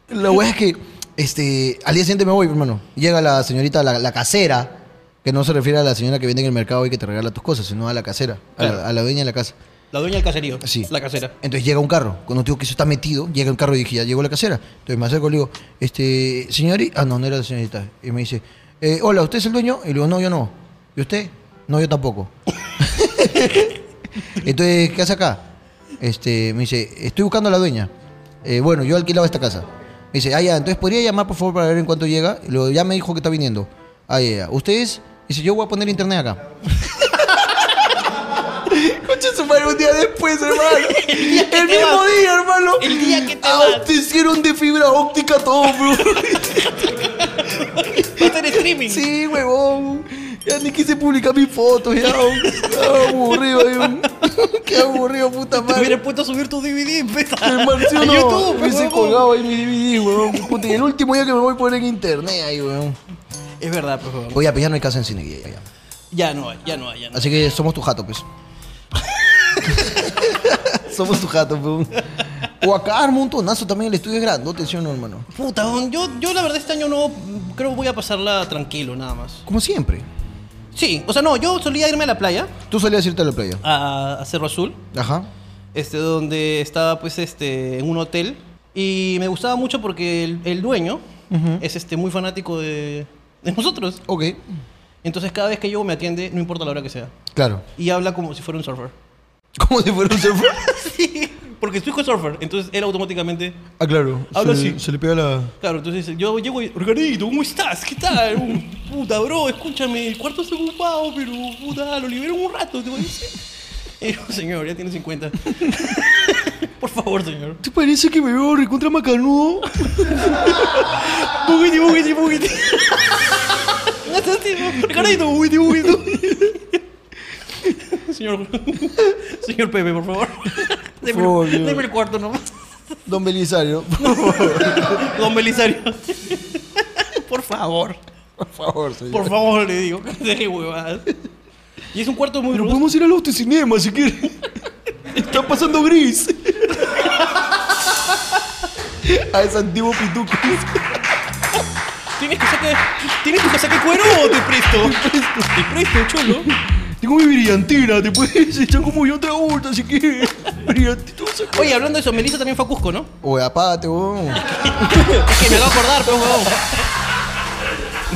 S1: La wea es que este, al día siguiente me voy, hermano. Llega la señorita, la, la casera, que no se refiere a la señora que vende en el mercado y que te regala tus cosas, sino a la casera, a, la,
S3: Claro.
S1: a la dueña de la casa.
S3: La dueña del caserío.
S1: Sí.
S3: La casera.
S1: Entonces llega un carro. Cuando digo que eso está metido, llega un carro y dije, ya llegó la casera. Entonces me acerco y le digo, este, señorita. Ah, no, no era la señorita. Y me dice, eh, hola, ¿usted es el dueño? Y le digo, no, yo no. ¿Y usted? No, yo tampoco. Entonces, ¿qué hace acá? Este, me dice, estoy buscando a la dueña. Eh, bueno, yo alquilaba esta casa. Me dice, ah, ya, entonces podría llamar por favor para ver en cuánto llega. Y luego, ya me dijo que está viniendo. Ah, ya, ya. ¿Usted es? Dice, yo voy a poner internet acá. Concha su madre, un día después, hermano. El
S3: te
S1: mismo
S3: vas.
S1: día, hermano.
S3: El día que te
S1: Abastecieron de fibra óptica todo, bro.
S3: Va a ser streaming.
S1: Sí, huevón. Ya ni quise publicar mis fotos, ya. Qué aburrido, yo. Qué aburrido, puta
S3: Te
S1: madre.
S3: hubieras puesto a subir tu DVD, pesa.
S1: Hermano, ¿sí o
S3: A
S1: no?
S3: YouTube,
S1: me hice
S3: huevón.
S1: colgado ahí mi DVD, huevón. Puta, y el último día que me voy a poner en internet ahí, huevón.
S3: Es verdad, por favor.
S1: Voy a pillar no hay casa en cine, ya, ya.
S3: Ya no hay, ya no hay, ya no hay.
S1: Así que somos tu jato, pues. somos tu jato, pues. O acá armo un tonazo también, el estudio es grandote, ¿sí o no, hermano?
S3: Puta, weón, yo, yo la verdad este año no creo que voy a pasarla tranquilo nada más.
S1: Como siempre.
S3: Sí, o sea, no, yo solía irme a la playa,
S1: Tú salías a irte a la playa.
S3: a, a Cerro Azul,
S1: Ajá.
S3: este, donde estaba pues este, en un hotel. Y me gustaba mucho porque el, el dueño es este, muy fanático de, de nosotros.
S1: Ok.
S3: Entonces cada vez que yo me atiende, no importa la hora que sea.
S1: Claro.
S3: Y habla como si fuera un surfer.
S1: Como si fuera un surfer.
S3: Sí, porque su hijo es surfer, entonces él automáticamente
S1: Ah, claro.
S3: Habla
S1: se,
S3: así.
S1: Se le pega la.
S3: Claro, entonces yo llego y, Ricardito, ¿cómo estás? ¿Qué tal? Uh, puta, bro, escúchame, el cuarto está ocupado, pero puta, lo libero en un rato, ¿te parece? Y yo, Eh, señor, ya tiene 50. Por favor, señor.
S1: ¿Te parece que me veo recontra macanudo?
S3: Bugiti, bugiti, bugiti. No seas tipo, Ricardito, bugiti, bugiti. Señor, señor Pepe, por favor. Deme, el-
S1: favor, señor.
S3: deme el cuarto nomás.
S1: Don Belisario.
S3: Don Belisario. Por favor.
S1: Por favor, señor.
S3: Por favor, le digo. Deje huevadas. Y es un cuarto muy
S1: Pero
S3: rudo.
S1: podemos ir al Auto Cinema si quieres. Está pasando gris. A ese antiguo pituco.
S3: ¿Tienes tu saque, ¿tienes tu casaca de cuero o te presto? Te presto. chulo.
S1: Tengo mi brillantina, te puedes echar como yo otra vuelta si quieres. Brillantito.
S3: Oye, hablando de eso, Melissa también fue a Cusco, ¿no?
S1: Oye, apágate, weón.
S3: Es que me va a acordar, pero huevón.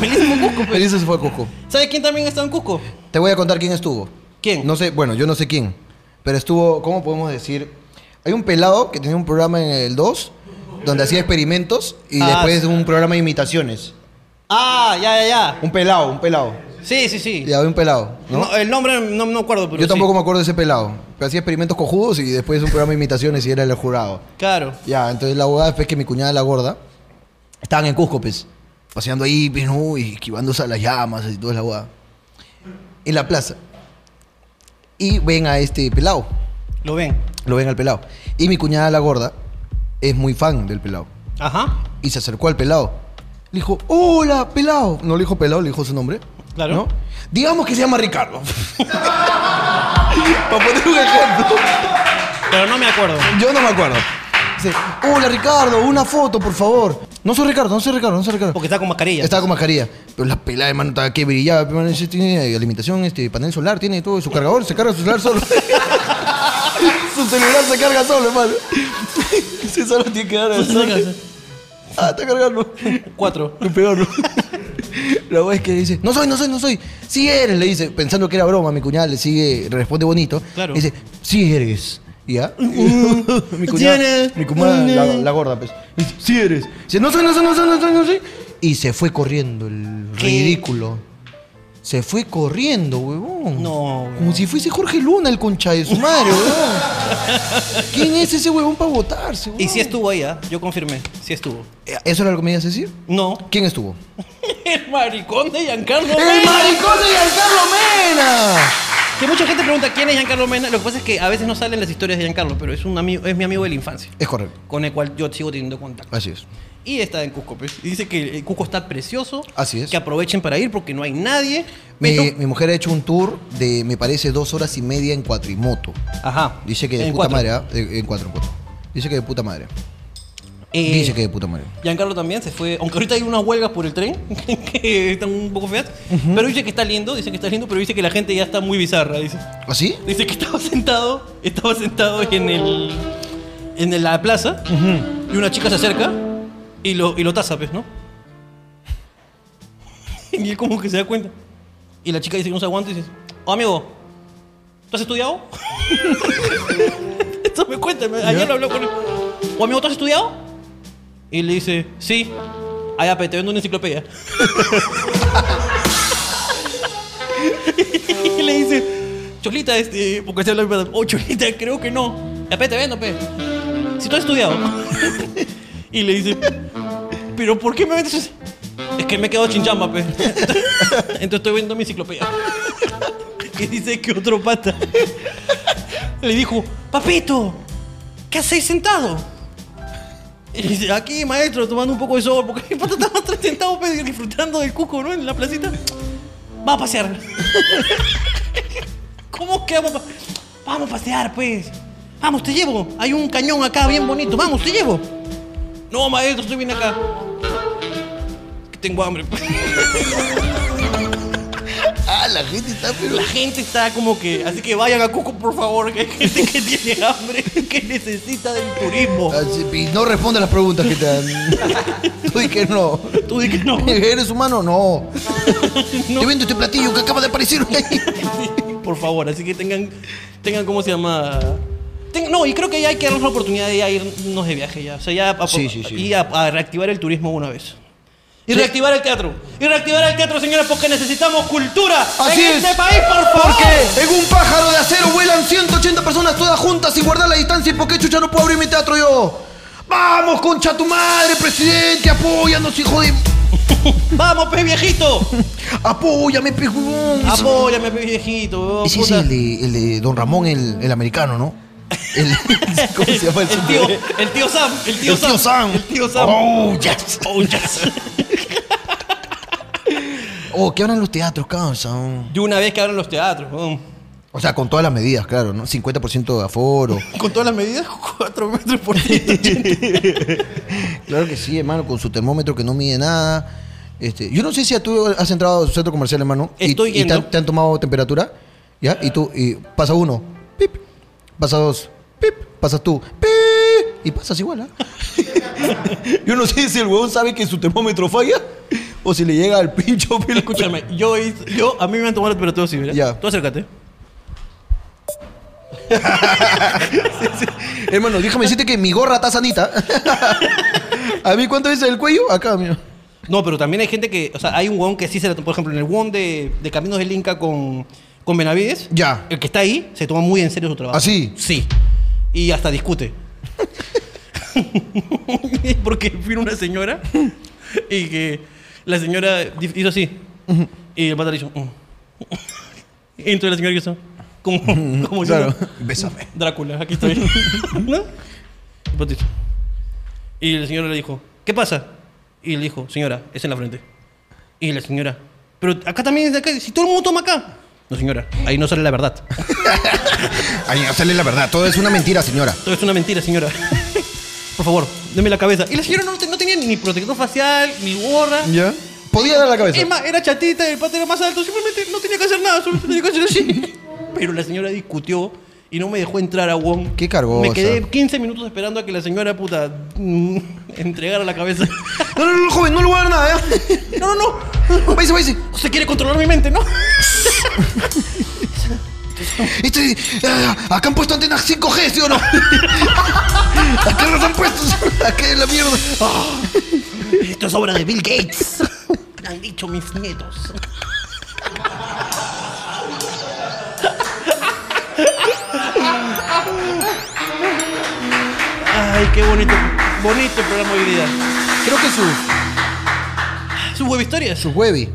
S3: Melissa fue a Cusco.
S1: Elisa se fue a Coco.
S3: ¿Sabes quién también está en Cusco?
S1: Te voy a contar quién estuvo.
S3: ¿Quién?
S1: No sé, bueno, yo no sé quién. Pero estuvo, ¿cómo podemos decir? Hay un pelado que tenía un programa en el 2 donde hacía experimentos y
S3: Ah,
S1: después un programa de imitaciones.
S3: Ah, ya, ya, ya.
S1: Un pelado, un pelado.
S3: Sí, sí, sí.
S1: Ya había un pelado, ¿no?
S3: No, el nombre no no me acuerdo, pero
S1: Yo
S3: sí.
S1: tampoco me acuerdo de ese pelado. Pero hacía experimentos cojudos y después un programa de imitaciones y era el jurado.
S3: Claro.
S1: Ya, entonces la abogada después que mi cuñada la gorda estaban en Cusco, pues, paseando ahí, pues, ¿no? y esquivándose a las llamas y toda la abogada. En la plaza. Y ven a este pelado,
S3: Lo ven.
S1: lo ven al pelado. Y mi cuñada la gorda es muy fan del pelado
S3: Ajá.
S1: y se acercó al pelado. Le dijo, hola, pelado. No le dijo pelado, le dijo su nombre.
S3: Claro.
S1: ¿no? Digamos que se llama Ricardo. Para poner un ejemplo.
S3: Pero no me acuerdo.
S1: Yo no me acuerdo. Dice, hola Ricardo, una foto, por favor. No soy Ricardo, no soy Ricardo, no soy Ricardo.
S3: Porque está con mascarilla.
S1: Estaba con mascarilla. Pero la pelada, hermano, estaba que brillaba. pe, mano, ese tiene alimentación, este, panel solar, tiene todo. Su cargador se carga su celular solo. su celular se carga solo, hermano. Ese solo tiene que dar al sol. Ah, está cargando.
S3: Cuatro.
S1: Lo peor, ¿no? La wea es que dice, no soy, no soy, no soy. Sí eres, le dice, pensando que era broma, mi cuñada le sigue, responde bonito.
S3: Claro.
S1: Le dice, sí eres. Y ¿Ya? mi cuñada,
S3: Sí eres.
S1: mi cuñada, la, la gorda, pues. le Dice, sí eres. Dice, no soy, no soy, no soy, no soy, no soy. Y se fue corriendo, el
S3: ¿Qué?
S1: ridículo. Se fue corriendo, huevón.
S3: No, huevón.
S1: Como si fuese Jorge Luna el concha de su madre, huevón. ¿Quién es ese huevón para votarse, huevón? Eh,
S3: Y sí estuvo ahí, ¿ah? Yo confirmé. Sí estuvo.
S1: ¿Eso era lo que me ibas a decir?
S3: No.
S1: ¿Quién estuvo?
S3: El maricón de Giancarlo
S1: ¡El
S3: Mena.
S1: maricón de Giancarlo Mena!
S3: Que mucha gente pregunta quién es Giancarlo Mena. Lo que pasa es que a veces no salen las historias de Giancarlo, pero es, un amigo, es mi amigo de la infancia,
S1: Es correcto,
S3: con el cual yo sigo teniendo contacto.
S1: así es.
S3: Y está en Cusco, pues. Y dice que el Cusco está precioso.
S1: Así es.
S3: Que aprovechen para ir porque no hay nadie. Pero-
S1: Mi, mi mujer ha hecho un tour de, me parece, dos horas y media en cuatrimoto.
S3: Ajá.
S1: Dice que de
S3: En
S1: puta
S3: cuatro.
S1: madre, ¿ah? Eh, En cuatro, en cuatro. Dice que de puta madre.
S3: Eh,
S1: Dice que de puta madre.
S3: Giancarlo también se fue, aunque ahorita hay unas huelgas por el tren, que están un poco feas, pero dice que está lindo, dice que está lindo, pero dice que la gente ya está muy bizarra, dice.
S1: ¿Así?
S3: Dice que estaba sentado, estaba sentado en el en la plaza y una chica se acerca y lo y lo taza, pues, ¿no? Y él como que se da cuenta. Y la chica dice que no se aguanta y dice, "Oh, amigo, ¿tú has estudiado?" Esto me cuenta, me- ayer lo habló con él. "Oh, amigo, ¿tú has estudiado?" Y le dice, "Sí." Allá, te vendo una enciclopedia. y le dice, Cholita, este, porque se habla mi padre, oh, Cholita, creo que no. Ya, pe, te vendo, pe. Si tú has estudiado. y le dice, pero ¿por qué me vendes eso? Es que me he quedado chinchamba, pe. Entonces estoy vendiendo mi enciclopedia. y dice que otro pata le dijo, papito, ¿qué haces sentado? Y dice, aquí, maestro, tomando un poco de sol, porque el pata estaba atrás sentado, pe, disfrutando del cuco, ¿no? En la placita. Va a pasear. ¿Cómo que vamos a pa- Vamos a pasear, pues. Vamos, te llevo. Hay un cañón acá bien bonito. Vamos, te llevo. No, maestro, estoy bien acá. Que tengo hambre.
S1: Ah, la gente está pero...
S3: La gente está como que... Así que vayan a Cusco, por favor, que hay gente que tiene hambre, que necesita del turismo.
S1: Así, ah, Y no responde a las preguntas que te dan. Tú di que no.
S3: Tú di que no.
S1: ¿Eres humano? No. Te vendo este platillo que acaba de aparecer.
S3: Por favor, así que tengan... Tengan, ¿cómo se llama? Ten- no, y creo que ya hay que darnos la oportunidad de ya irnos de viaje ya. O sea, ya... a-
S1: Sí, sí, sí.
S3: Y a, a reactivar el turismo una vez. Y
S1: Sí.
S3: reactivar el teatro. Y reactivar el teatro, señores, porque necesitamos cultura
S1: Así
S3: en
S1: es.
S3: este país, por favor.
S1: Porque en un pájaro de acero vuelan 180 personas todas juntas sin guardar la distancia. ¿Y por qué chucha no puedo abrir mi teatro yo? ¡Vamos, concha tu madre, presidente! ¡Apóyanos, hijo de...
S3: Vamos, pe viejito.
S1: ¡Apóyame, pejubón!
S3: Apóyame, pe viejito.
S1: Ese es
S3: puta.
S1: el de, el de Don Ramón, el, el americano, ¿no? El, ¿Cómo se llama el,
S3: El tío, el tío Sam, el tío
S1: El tío Sam.
S3: El tío Sam.
S1: ¡Oh, yes!
S3: Oh, yes.
S1: Oh, ¿qué hablan los teatros, causa?
S3: De una vez que abren los teatros, weón.
S1: O sea, con todas las medidas, claro, ¿no? 50% de aforo.
S3: Con todas las medidas, 4 metros por 180.
S1: Claro que sí, hermano, con su termómetro que no mide nada. Este, yo no sé si tú has entrado a su centro comercial, hermano, y-
S3: Estoy
S1: y, te,
S3: yendo.
S1: han, te han tomado temperatura, ¿ya? Y tú, y pasa uno, pip, pasa dos, pip, pasas tú, pip, y pasas igual, ¿ah? yo no sé si el huevón sabe que su termómetro falla o si le llega al pincho, pero
S3: Escúchame, yo, hice- yo, a mí me han tomado la temperatura así, mira.
S1: Ya.
S3: Tú acércate.
S1: Hermano, déjame decirte que mi gorra está sanita. ¿A mí cuánto es el cuello? Acá, mira.
S3: No, pero también hay gente que, o sea, hay un weón que sí se la toma, por ejemplo, en el weón de, de Caminos del Inca con, con Benavides.
S1: Ya.
S3: El que está ahí se toma muy en serio su trabajo.
S1: ¿Ah, sí?
S3: Sí. Y hasta discute. Porque vino una señora y que la señora di- hizo así. Y el pata le hizo. "Mm". Y entonces la señora hizo. Como, como diciendo,
S1: Bésame.
S3: Drácula, aquí estoy. ¿No? Y el pata hizo. Y la señora le dijo, ¿qué pasa? Y le dijo, señora, es en la frente. Y la señora, pero acá también es de acá. Si todo el mundo toma acá. No, señora, ahí no sale la verdad.
S1: Ay, sale la verdad. Todo es una mentira, señora.
S3: Todo es una mentira, señora. Por favor, deme la cabeza. Y la señora no, te- no tenía ni protector facial, ni gorra.
S1: ¿Ya? Podía dar la cabeza.
S3: Es más, era chatita, el pato era más alto, simplemente no tenía que hacer nada, solo tenía que hacer así. Pero la señora discutió y no me dejó entrar a Wong.
S1: Qué cargosa.
S3: Me quedé 15 minutos esperando a que la señora puta mm, entregara la cabeza.
S1: No, no, no, joven, no le voy a dar nada, ¿eh?
S3: No, no, no.
S1: Váyase, váyase.
S3: Se quiere controlar mi mente, ¿no?
S1: Este, ah, acá han puesto antenas 5G, ¿sí o no? acá las han puesto. Acá es la mierda.
S3: Esto es obra de Bill Gates. Me han dicho mis nietos. Ay, qué bonito. Bonito el programa hoy día.
S1: Creo que su,
S3: Sus web historias.
S1: su huevi.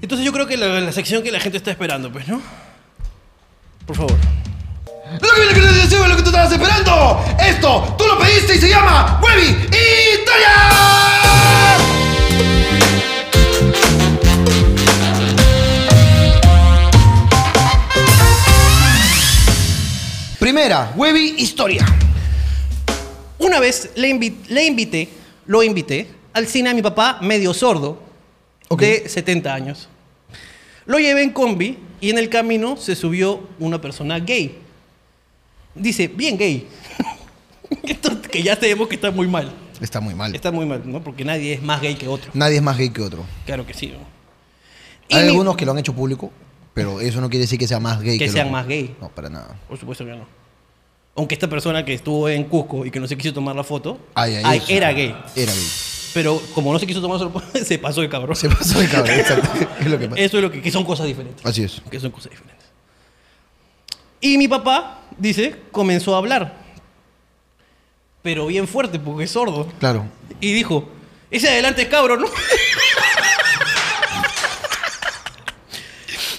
S3: Entonces yo creo que la, la sección que la gente está esperando, pues, ¿no? Por favor.
S1: Lo que viene que te deseo es lo que tú estabas esperando. Esto, tú lo pediste y se llama Huevi Italia. Primera, Huevi Historia.
S3: Una vez le, invi- le invité, lo invité al cine a mi papá medio sordo,
S1: Ok.
S3: de 70 años. Lo llevé en combi y en el camino se subió una persona gay. Dice, bien gay. Esto que ya sabemos que está muy mal.
S1: Está muy mal.
S3: Está muy mal, ¿no? Porque nadie es más gay que otro.
S1: Nadie es más gay que otro.
S3: Claro que sí. ¿no? Y
S1: Hay
S3: mi-
S1: algunos que lo han hecho público, pero eso no quiere decir que sea más gay.
S3: Que
S1: el
S3: sean
S1: otro.
S3: más gay.
S1: No, para nada.
S3: Por supuesto que no. Aunque esta persona que estuvo en Cusco y que no se quiso tomar la foto,
S1: Ay, ay,
S3: ay,
S1: eso.
S3: era gay.
S1: Era gay.
S3: Pero como no se quiso tomar, solo- se pasó de cabrón.
S1: Se pasó de cabrón, exacto. Es lo que pasa.
S3: Eso es lo que, que son cosas diferentes.
S1: Así es.
S3: Que son cosas diferentes. Y mi papá, dice, comenzó a hablar. Pero bien fuerte, porque es sordo.
S1: Claro.
S3: Y dijo, ese adelante es cabro, ¿no?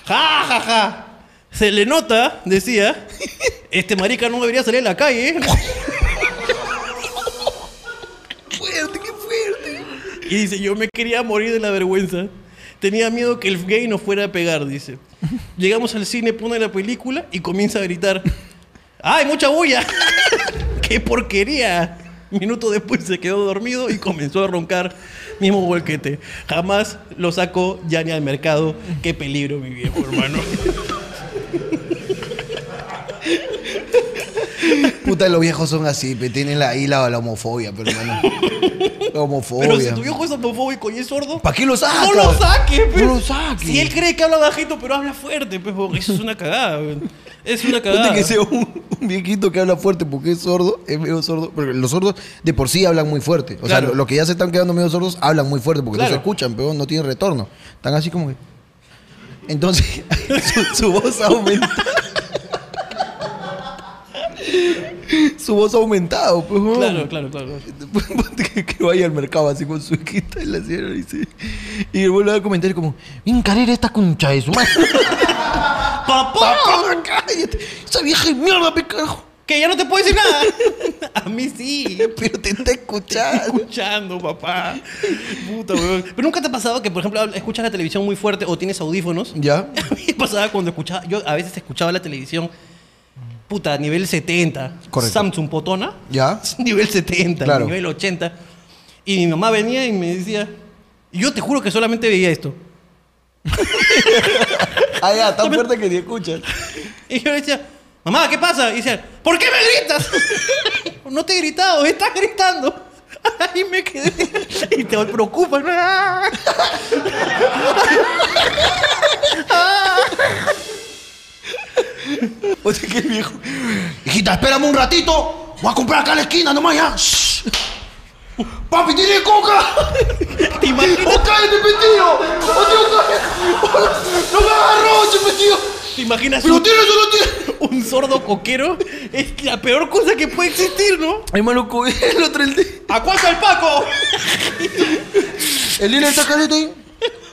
S3: ja, ja, ja. Se le nota, decía, este marica no debería salir a la calle. ¿eh?".
S1: Fuerte, qué fuerte.
S3: Y dice, yo me quería morir de la vergüenza. Tenía miedo que el gay nos fuera a pegar, dice. Llegamos al cine, pone la película y comienza a gritar. ¡Ay, mucha bulla! ¡Qué porquería! Minuto después se quedó dormido y comenzó a roncar mismo volquete. Jamás lo sacó ya ni al mercado. ¡Qué peligro, mi viejo hermano!
S1: Puta, los viejos son así, pe, tienen la, ahí la, la homofobia, pero hermano. La
S3: Pero si
S1: homofobia.
S3: tu viejo es homofóbico y es sordo...
S1: ¿Para qué lo sacas?
S3: ¡No lo saques, pues!
S1: No lo saques.
S3: Si él cree que habla bajito, pero habla fuerte, pues, porque eso es una cagada, güey. Es una
S1: Ponte
S3: cagada.
S1: que sea un, un viejito que habla fuerte porque es sordo, es medio sordo. Porque los sordos de por sí hablan muy fuerte. O sea,
S3: Claro.
S1: lo- los que ya se están quedando medio sordos hablan muy fuerte porque no
S3: Claro.
S1: se escuchan, pero no tienen retorno. Están así como que. Entonces, su, su voz aumenta. su voz ha aumentado, pues. weón.
S3: Claro, claro, claro.
S1: Ponte que, que vaya al mercado así con su hijita y la señora dice. Y el vuelve a comentar como, bien carera esta concha de su madre.
S3: ¡Papá!
S1: Papá, cállate. Esa vieja de mierda, pe carajo.
S3: Que ya no te puedo decir nada. A mí sí.
S1: Pero te está escuchando.
S3: Escuchando, papá. Puta, weón. Pero nunca te ha pasado que, por ejemplo, habla- escuchas la televisión muy fuerte o tienes audífonos.
S1: ¿Ya?
S3: A mí me pasaba cuando escuchaba. Yo a veces escuchaba la televisión. Puta, nivel 70.
S1: Correcto.
S3: Samsung Potona.
S1: ¿Ya?
S3: Nivel 70,
S1: Claro.
S3: nivel 80. Y mi mamá venía y me decía. Yo te juro que solamente veía esto.
S1: Ah, ya, tan fuerte que ni escuchas.
S3: Y yo le decía, mamá, ¿qué pasa? Y decía, ¿por qué me gritas? no te he gritado, estás gritando. Y me quedé. Y te preocupa.
S1: O sea, que el viejo. Hijita, espérame un ratito. Voy a comprar acá a la esquina nomás ya. Shh. Papi, tiene coca.
S3: ¿Te imaginas,
S1: ¡Oh, cállate, metido! ¡Oh, Dios, cállate! ¡No me agarro, che, metido!
S3: te imaginas
S1: ¡Pero
S3: un,
S1: tienes o no tienes!
S3: un sordo coquero? Es la peor cosa que puede existir, ¿no?
S1: Hermano, co- el otro, el de...
S3: ¿A cuál el Paco?
S1: El líder está caliente ahí.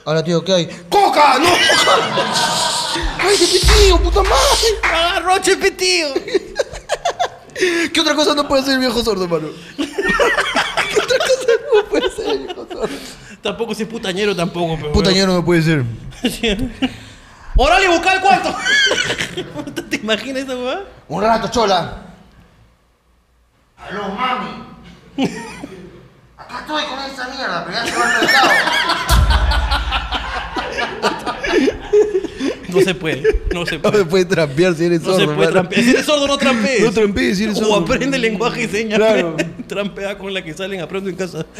S1: Ahora, tío, ¿qué hay? ¡Coca! ¡No! ¡Ay, qué pitido, puta madre!
S3: Agarró Chepetío.
S1: ¿Qué otra cosa no puede ser el viejo sordo, hermano? ¿Qué otra cosa no puede ser el viejo
S3: Tampoco soy putañero tampoco, pero.
S1: Putañero no puede ser.
S3: Oral y buscar el cuarto. Puta, ¿Te imaginas esa weá?
S1: Un rato, chola.
S5: Aló, mami. Acá estoy con esa mierda, pero ya se va al mercado.
S3: No se puede. No se
S1: No
S3: puede.
S1: se puede trampear si eres
S3: No
S1: sordo.
S3: se puede
S1: hermano.
S3: trampear. Si eres sordo, no trampees.
S1: No trampees si eres sordo.
S3: O aprende lenguaje y señas.
S1: Claro.
S3: Trampea con la que salen, aprendo en casa.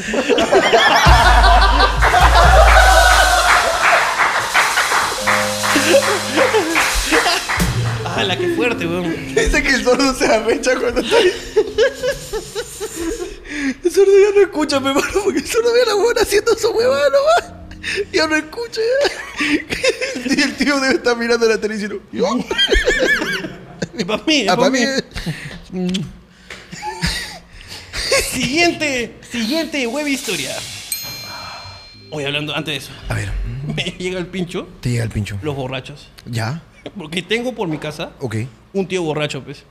S3: ah, la que fuerte, weón.
S1: Dice que el sordo se arrecha cuando está ahí. El sordo ya no escucha, mi hermano, porque el sordo ve a la buena haciendo su huevada nomás. Ya no escucha. Y el tío debe estar mirando la tele y diciendo, "Yo".
S3: Y para mí, es
S1: Ah, para
S3: pa'
S1: mí.
S3: Siguiente, siguiente web historia. Hoy hablando, antes de eso,
S1: A ver,
S3: me llega el pincho,
S1: te llega el pincho.
S3: los borrachos.
S1: ¿Ya?
S3: Porque tengo por mi casa
S1: Ok.
S3: un tío borracho, pues.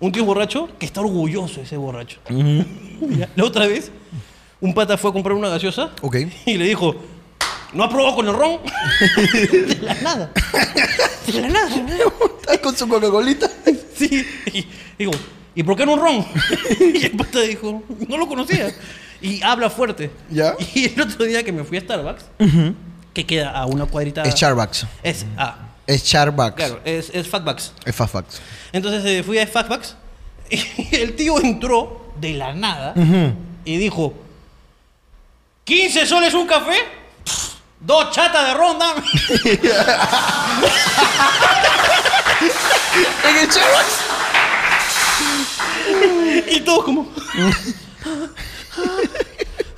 S3: Un tío borracho que está orgulloso de ese borracho. Ya, La otra vez, un pata fue a comprar una gaseosa
S1: Ok.
S3: y le dijo, ¿no has probado con el ron? de la nada. De la nada.
S1: ¿Estás con su Coca-Colita?
S3: Sí. Y digo, ¿y por qué no un ron? y el pata dijo, no lo conocía. Y habla fuerte.
S1: Ya.
S3: Y el otro día que me fui a Starbucks, que queda a una cuadrita.
S1: Es Charbucks.
S3: Es, ah,
S1: Es Charbucks.
S3: claro, es, es Fatbacks.
S1: Es Fafax.
S3: Entonces eh, fui a Fatbacks y el tío entró de la nada y dijo, ¿15 soles un café? Pff, Dos chatas de ronda.
S1: ¿En el Charbucks?
S3: y todos como...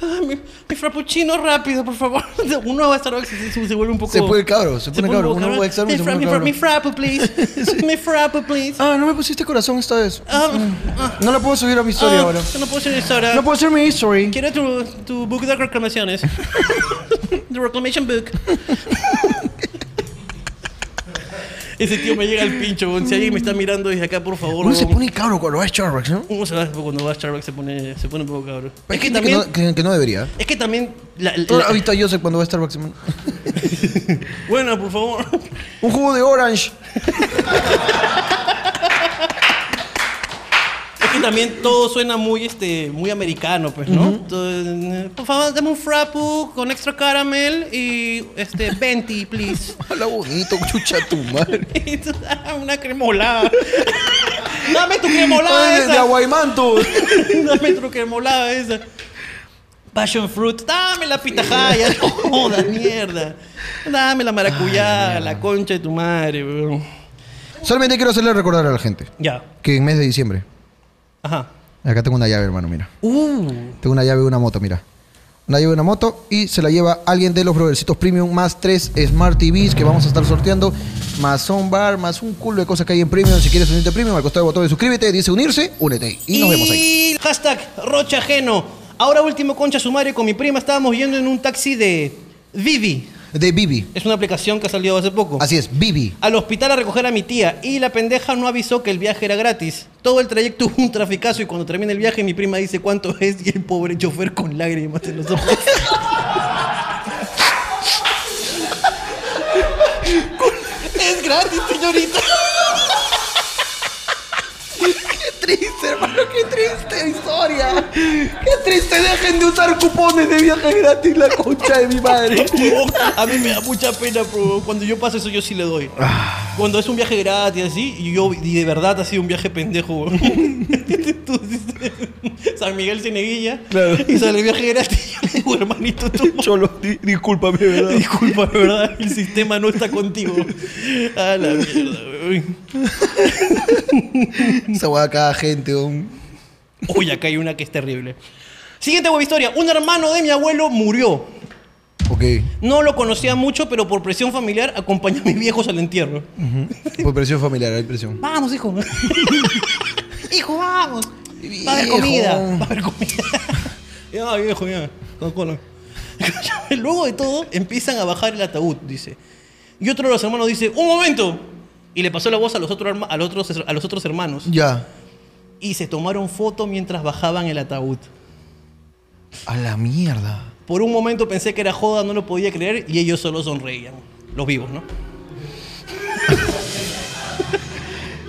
S3: "Ah, Mi, mi frappuccino rápido, por favor. Uno va a Starbucks y se, se vuelve un poco...
S1: Se pone cabro, se pone cabro.
S3: un poco
S1: Uno va a Starbucks y
S3: Mi
S1: se
S3: fra-
S1: pone
S3: mi fra-
S1: cabro.
S3: Mi frappu, please. Mi frappu, please.
S1: Ah, no me pusiste corazón esta vez.
S3: Ah, ah,
S1: No la puedo subir a mi historia
S3: ah,
S1: ahora.
S3: yo No puedo ser historia.
S1: No puedo hacer mi history.
S3: Quiero tu, tu book de reclamaciones. The Reclamation Book. Ese tío me llega al pincho, weón. Si alguien me está mirando desde acá, por favor.
S1: Uno se
S3: weón.
S1: pone cabro cuando va a Starbucks, ¿no?
S3: Uno se va cuando va a Starbucks se pone, se pone un poco cabrón.
S1: Hay
S3: Es que
S1: gente
S3: también.
S1: no, que, que no debería.
S3: Es que también. la- la-
S1: Tú has visto a Joseph cuando va a Starbucks. hermano.
S3: bueno, por favor.
S1: Un jugo de orange.
S3: Es que también todo suena muy, este, muy americano, pues, ¿no? Entonces, eh, por favor, dame un frappu con extra caramel y este, 20, please.
S1: Habla bonito, chucha tu madre.
S3: Y tú, ah, una cremolada. Dame tu cremolada
S1: Ay, de, de
S3: esa.
S1: aguaymanto.
S3: Dame tu cremolada esa. Passion fruit. Dame la pitajaya. No jodas, mierda. Dame la maracuyá, la concha de tu madre, weón.
S1: Solamente quiero hacerle recordar a la gente
S3: Ya.
S1: que en mes de diciembre,
S3: Ajá.
S1: acá tengo una llave, hermano, mira.
S3: Uh.
S1: Tengo una llave de una moto, mira. Una llave de una moto y se la lleva alguien de los Brothercitos Premium más tres Smart TVs que vamos a estar sorteando, más un bar, más un culo de cosas que hay en Premium. Si quieres unirte a Premium, al costado del botón de suscríbete, dice unirse, únete. Y nos vemos ahí.
S3: Y hashtag Rocha Ajeno. Ahora último, concha sumario, con mi prima estábamos yendo en un taxi de Vivi.
S1: De Bibi.
S3: Es una aplicación que ha salido hace poco.
S1: Así es, Bibi.
S3: al hospital a recoger a mi tía y la pendeja no avisó que el viaje era gratis. Todo el trayecto hubo un traficazo y cuando termina el viaje mi prima dice cuánto es y el pobre chofer con lágrimas en los ojos. es gratis, señorita.
S1: triste, hermano, qué triste historia. Qué triste, dejen de usar cupones de viaje gratis, la concha de mi madre.
S3: a mí me da mucha pena, bro. Cuando yo paso eso yo sí le doy. Cuando es un viaje gratis así y yo y de verdad ha sido un viaje pendejo. bro. Tú dices, San Miguel Ceneguilla y sale el viaje gratis. Yo le digo, hermanito, tú
S1: Cholo, di- discúlpame, ¿verdad?
S3: Disculpa, de verdad, el sistema no está contigo. A la mierda, weón.
S1: Esa hueá cada gente, un...
S3: Uy, acá hay una que es terrible. Siguiente web historia. Un hermano de mi abuelo murió.
S1: Ok,
S3: No lo conocía mucho, pero por presión familiar acompañó a mis viejos al entierro.
S1: por presión familiar, hay presión.
S3: Vamos, hijo. hijo, vamos. Va a haber
S1: Viejo.
S3: comida. Va a haber comida. ya, viejo, ya. Coca-Cola. Luego de todo, empiezan a bajar el ataúd, dice. Y otro de los hermanos dice, ¡un momento! Y le pasó la voz a los, otro herma- a los otros, a los otros hermanos.
S1: Ya.
S3: Y se tomaron foto mientras bajaban el ataúd.
S1: A la mierda.
S3: Por un momento pensé que era joda, no lo podía creer y ellos solo sonreían. Los vivos, ¿no?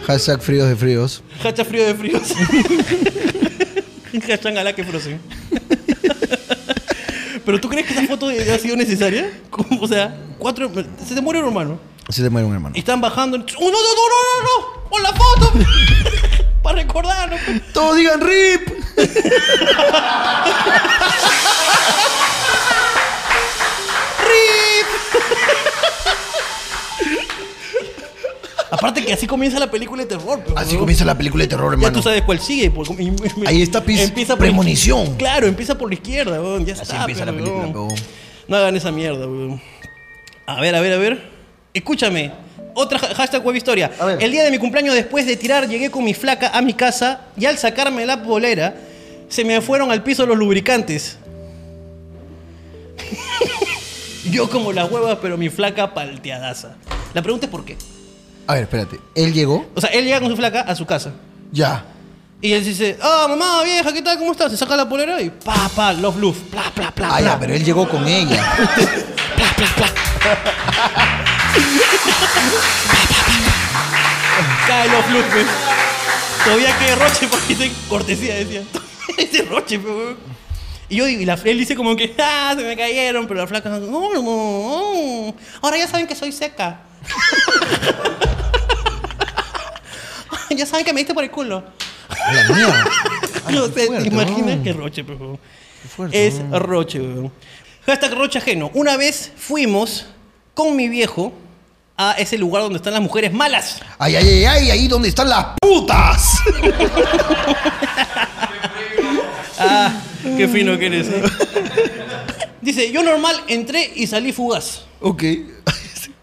S1: Hashtag fríos de fríos.
S3: Hashtag frío de fríos. Hashtag ala que frozen. Pero tú crees que esa foto ha sido necesaria? ¿Cómo? O sea, cuatro. Se te muere un hermano.
S1: Así te muere un hermano.
S3: Y están bajando. ¡Oh, no, no, no, no, no! no! ¡Pon la foto! Para recordar, ¿no?
S1: Todos digan RIP.
S3: Aparte que así comienza la película de terror. pues,
S1: Así
S3: huevón.
S1: comienza la película de terror,
S3: Ya
S1: hermano.
S3: tú sabes cuál sigue. por- y- y-
S1: Ahí está pis-
S3: por-
S1: premonición.
S3: claro, empieza por la izquierda, weón. Ya
S1: Así
S3: está,
S1: empieza
S3: pe,
S1: la película,
S3: huevón.
S1: huevón.
S3: No hagan esa mierda, weón. A ver, a ver, a ver. Escúchame. Otra ha- hashtag web historia.
S1: A ver.
S3: El día de mi cumpleaños, después de tirar, llegué con mi flaca a mi casa y al sacarme la bolera, se me fueron al piso los lubricantes. Yo como las huevas, pero mi flaca palteadaza. La pregunta es por qué.
S1: A ver, espérate. Él llegó.
S3: O sea, él llega con su flaca a su casa.
S1: Ya.
S3: Y él dice, ah, mamá, vieja, ¿qué tal? ¿Cómo estás? Se saca la polera y pa, pa, Love Love, pla, pla, pla,
S1: Ah,
S3: pla,
S1: ya, pero él llegó con ella.
S3: pla, pla, pla. Cae Love Love, pues. Todavía que roche porque dice cortesía, decía. Ese roche, pues. weón. Y yo digo, y la él dice como que, ah, se me cayeron, pero la flaca, no, no, no. Ahora ya saben que soy seca. ya saben que me diste por el culo.
S1: A la mía.
S3: No sé,
S1: fuerte,
S3: ¿te imaginas
S1: weón.
S3: que roche, por favor?
S1: fuerte,
S3: Es roche, weón. Hashtag roche ajeno. Una vez fuimos con mi viejo a ese lugar donde están las mujeres malas.
S1: Ay, ay, ay, ay, ahí donde están las putas.
S3: Ah, qué fino que eres. ¿eh? Dice, yo normal entré y salí fugaz.
S1: Ok.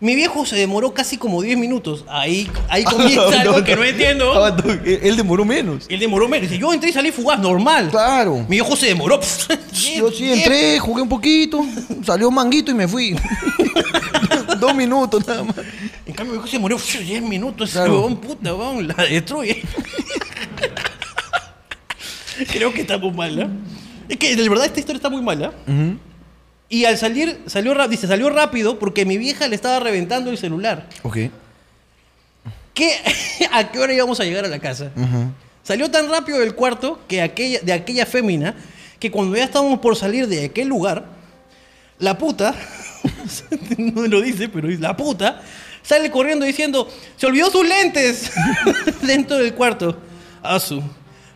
S3: Mi viejo se demoró casi como 10 minutos. Ahí, ahí comienza algo que no entiendo.
S1: Ah, no, Él demoró menos.
S3: Él demoró menos. Dice, yo entré y salí fugaz, normal.
S1: Claro.
S3: Mi viejo se demoró.
S1: Yo sí entré, jugué un poquito, salió un manguito y me fui. Dos minutos nada más.
S3: En cambio, mi hijo se murió pf, 10 minutos. Ese
S1: Claro.
S3: huevón, puta, huevón, la destruye. Creo que está muy mala. Es que, de verdad, esta historia está muy mala. Y al salir, salió, ra- dice, salió rápido porque mi vieja le estaba reventando el celular.
S1: Ok.
S3: ¿Qué, ¿A qué hora íbamos a llegar a la casa? Salió tan rápido del cuarto que aquella, de aquella fémina que cuando ya estábamos por salir de aquel lugar, la puta, no lo dice, pero es la puta, sale corriendo diciendo, se olvidó sus lentes dentro del cuarto. Asu,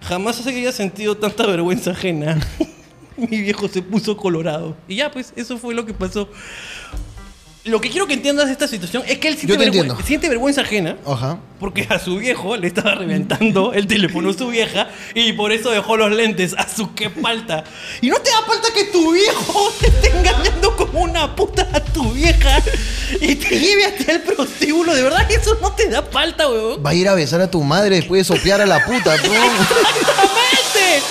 S3: jamás se había sentido tanta vergüenza ajena. Mi viejo se puso colorado. Y ya, pues, eso fue lo que pasó. Lo que quiero que entiendas de esta situación es que él siente,
S1: Yo te
S3: vergüe-
S1: entiendo.
S3: siente vergüenza ajena.
S1: Ajá.
S3: Porque a su viejo le estaba reventando el teléfono a su vieja y por eso dejó los lentes. A su qué falta. Y no te da falta que tu viejo te esté engañando como una puta a tu vieja y te lleve hasta el prostíbulo. De verdad que eso no te da falta, weón.
S1: Va a ir a besar a tu madre después de sopear a la puta, ¿no?
S3: ¡Exactamente!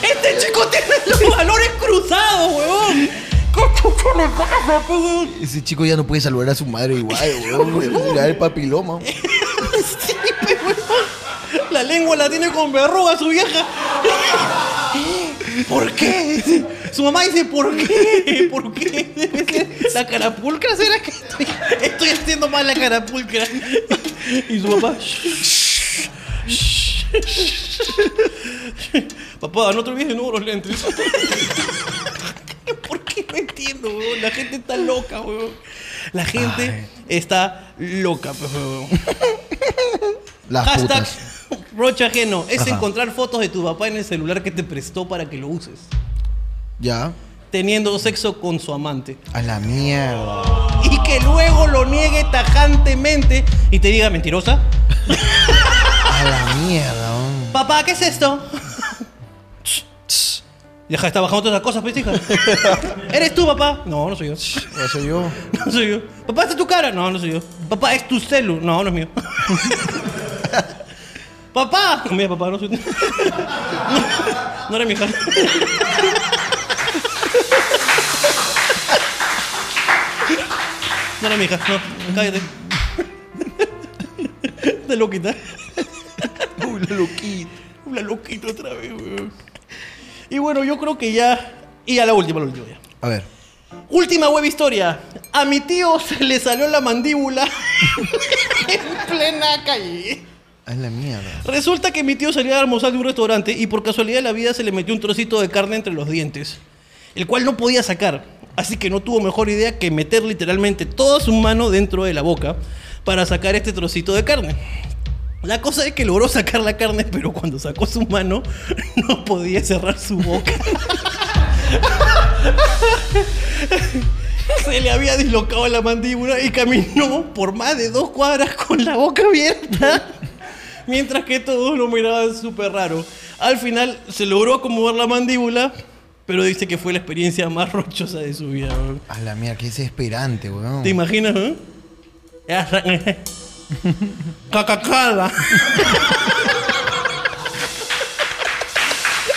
S3: Este chico tiene los valores cruzados, weón. ¿Qué chucha le pasa, pues, weón?
S1: Ese chico ya no puede saludar a su madre igual, weón. Le da el papiloma.
S3: Sí, pe, huevón. La lengua la tiene con verruga su vieja. ¿Por qué? Su mamá dice, ¿por qué? ¿Por qué? ¿La carapulcra será que estoy, estoy haciendo mal la carapulcra? Y su papá... "Shh, shh, shh". Papá, no te olvides de nuevo los lentes. ¿Por qué no entiendo, huevón? La gente está loca, weón. La gente está loca, pues, huevón.
S1: Las
S3: Hashtag
S1: putas.
S3: Rocha ajeno es
S1: Ajá.
S3: encontrar fotos de tu papá en el celular que te prestó para que lo uses.
S1: Ya.
S3: Teniendo sexo con su amante.
S1: A la mierda.
S3: Y que luego lo niegue tajantemente y te diga mentirosa.
S1: A la mierda, weón.
S3: Papá, ¿qué es esto? Deja, está bajando todas las cosas, pues, hija. ¿Eres tú, papá? No, no soy yo.
S1: Ya soy yo.
S3: No soy yo. Papá, ¿esta es tu cara? No, no soy yo. Papá, ¿es tu celu? No, no es mío. papá. No, mira, papá, no soy... no, no era mi hija. no era mi hija, no. Cállate. Te lo quita.
S1: Uy, la loquita.
S3: La loquito otra vez, weón. Y bueno, yo creo que ya... Y a la última, la última ya.
S1: A ver.
S3: Última web historia. A mi tío se le salió la mandíbula en plena calle.
S1: Es la mierda.
S3: Resulta que mi tío salía a almorzar de un restaurante y por casualidad de la vida se le metió un trocito de carne entre los dientes, el cual no podía sacar. Así que no tuvo mejor idea que meter literalmente toda su mano dentro de la boca para sacar este trocito de carne. La cosa es que logró sacar la carne, pero cuando sacó su mano no podía cerrar su boca. Se le había dislocado la mandíbula y caminó por más de dos cuadras con la boca abierta. Mientras que todos lo miraban súper raro. Al final se logró acomodar la mandíbula, pero dice que fue la experiencia más rochosa de su vida. weón.
S1: A la mierda, qué desesperante, weón.
S3: ¿Te imaginas, eh? Cacacala.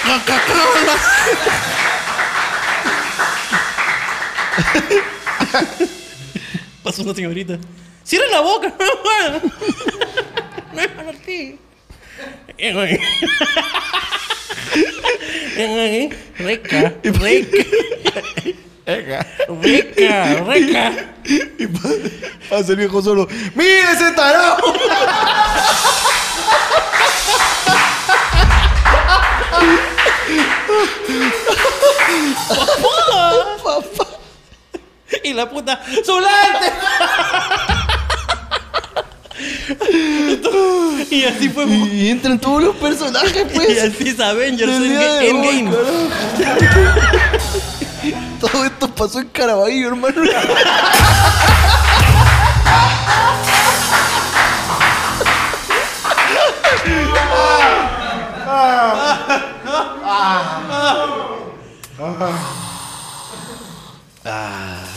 S3: Cacacala. Pasó una señorita. ¡Cierra la boca! ¡No es para ti! Ven ahí. Ven ahí. Rica, rica, rica, rica.
S1: Y pa- pasa el viejo solo. ¡Mira ese tarado!
S3: Y la puta, ¡Zulante! y así fue. Y,
S1: Y entran todos los personajes, pues.
S3: así es Avengers
S1: Del día de
S3: Endga-
S1: hoy,
S3: Endgame.
S1: carajo. Todo esto pasó en Caraballo, hermano.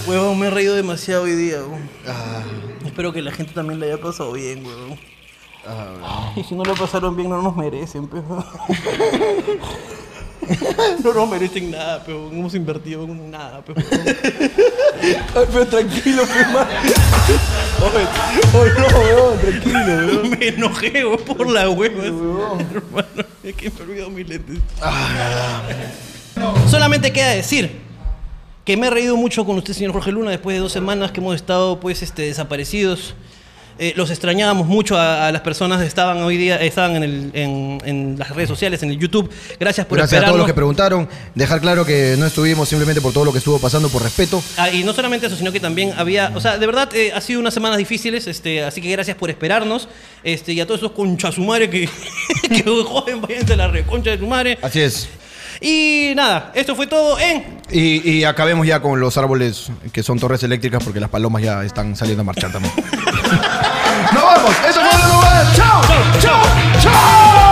S3: Huevón, me he reído demasiado hoy día, huevón.
S1: Ah.
S3: Espero que la gente también le haya pasado bien, huevón.
S1: Ah.
S3: Y si no lo pasaron bien, no nos merecen, pero. no nos merecen nada, pero hemos invertido en nada, pero.
S1: Ay, pero tranquilo, pues, hermano. Oye, oye, no, weón, tranquilo, weón.
S3: me enojé huevón, por la hueva. Hermano, es que me he olvidado mis lentes.
S1: Ah,
S3: Solamente queda decir que me he reído mucho con usted, señor Jorge Luna, después de dos semanas que hemos estado pues este, desaparecidos. Eh, los extrañábamos mucho a, a las personas que estaban hoy día, estaban en, el- en- en las redes sociales, en el YouTube. Gracias por
S1: Gracias a todos
S3: esperarnos.
S1: los que preguntaron. Dejar claro que no estuvimos simplemente por todo lo que estuvo pasando, por respeto.
S3: Ah, y no solamente eso, sino que también había, o sea, de verdad eh, ha sido unas semanas difíciles, este, así que gracias por esperarnos, este, y a todos esos conchasumares que, que joden, váyanse a la reconcha de tu madre.
S1: Así es.
S3: Y nada, esto fue todo en...
S1: Y, y acabemos ya con los árboles que son torres eléctricas porque las palomas ya están saliendo a marchar también. ¡Nos vamos! ¡Eso fue el lugar! ¡Chao! ¡Chao! ¡Chao!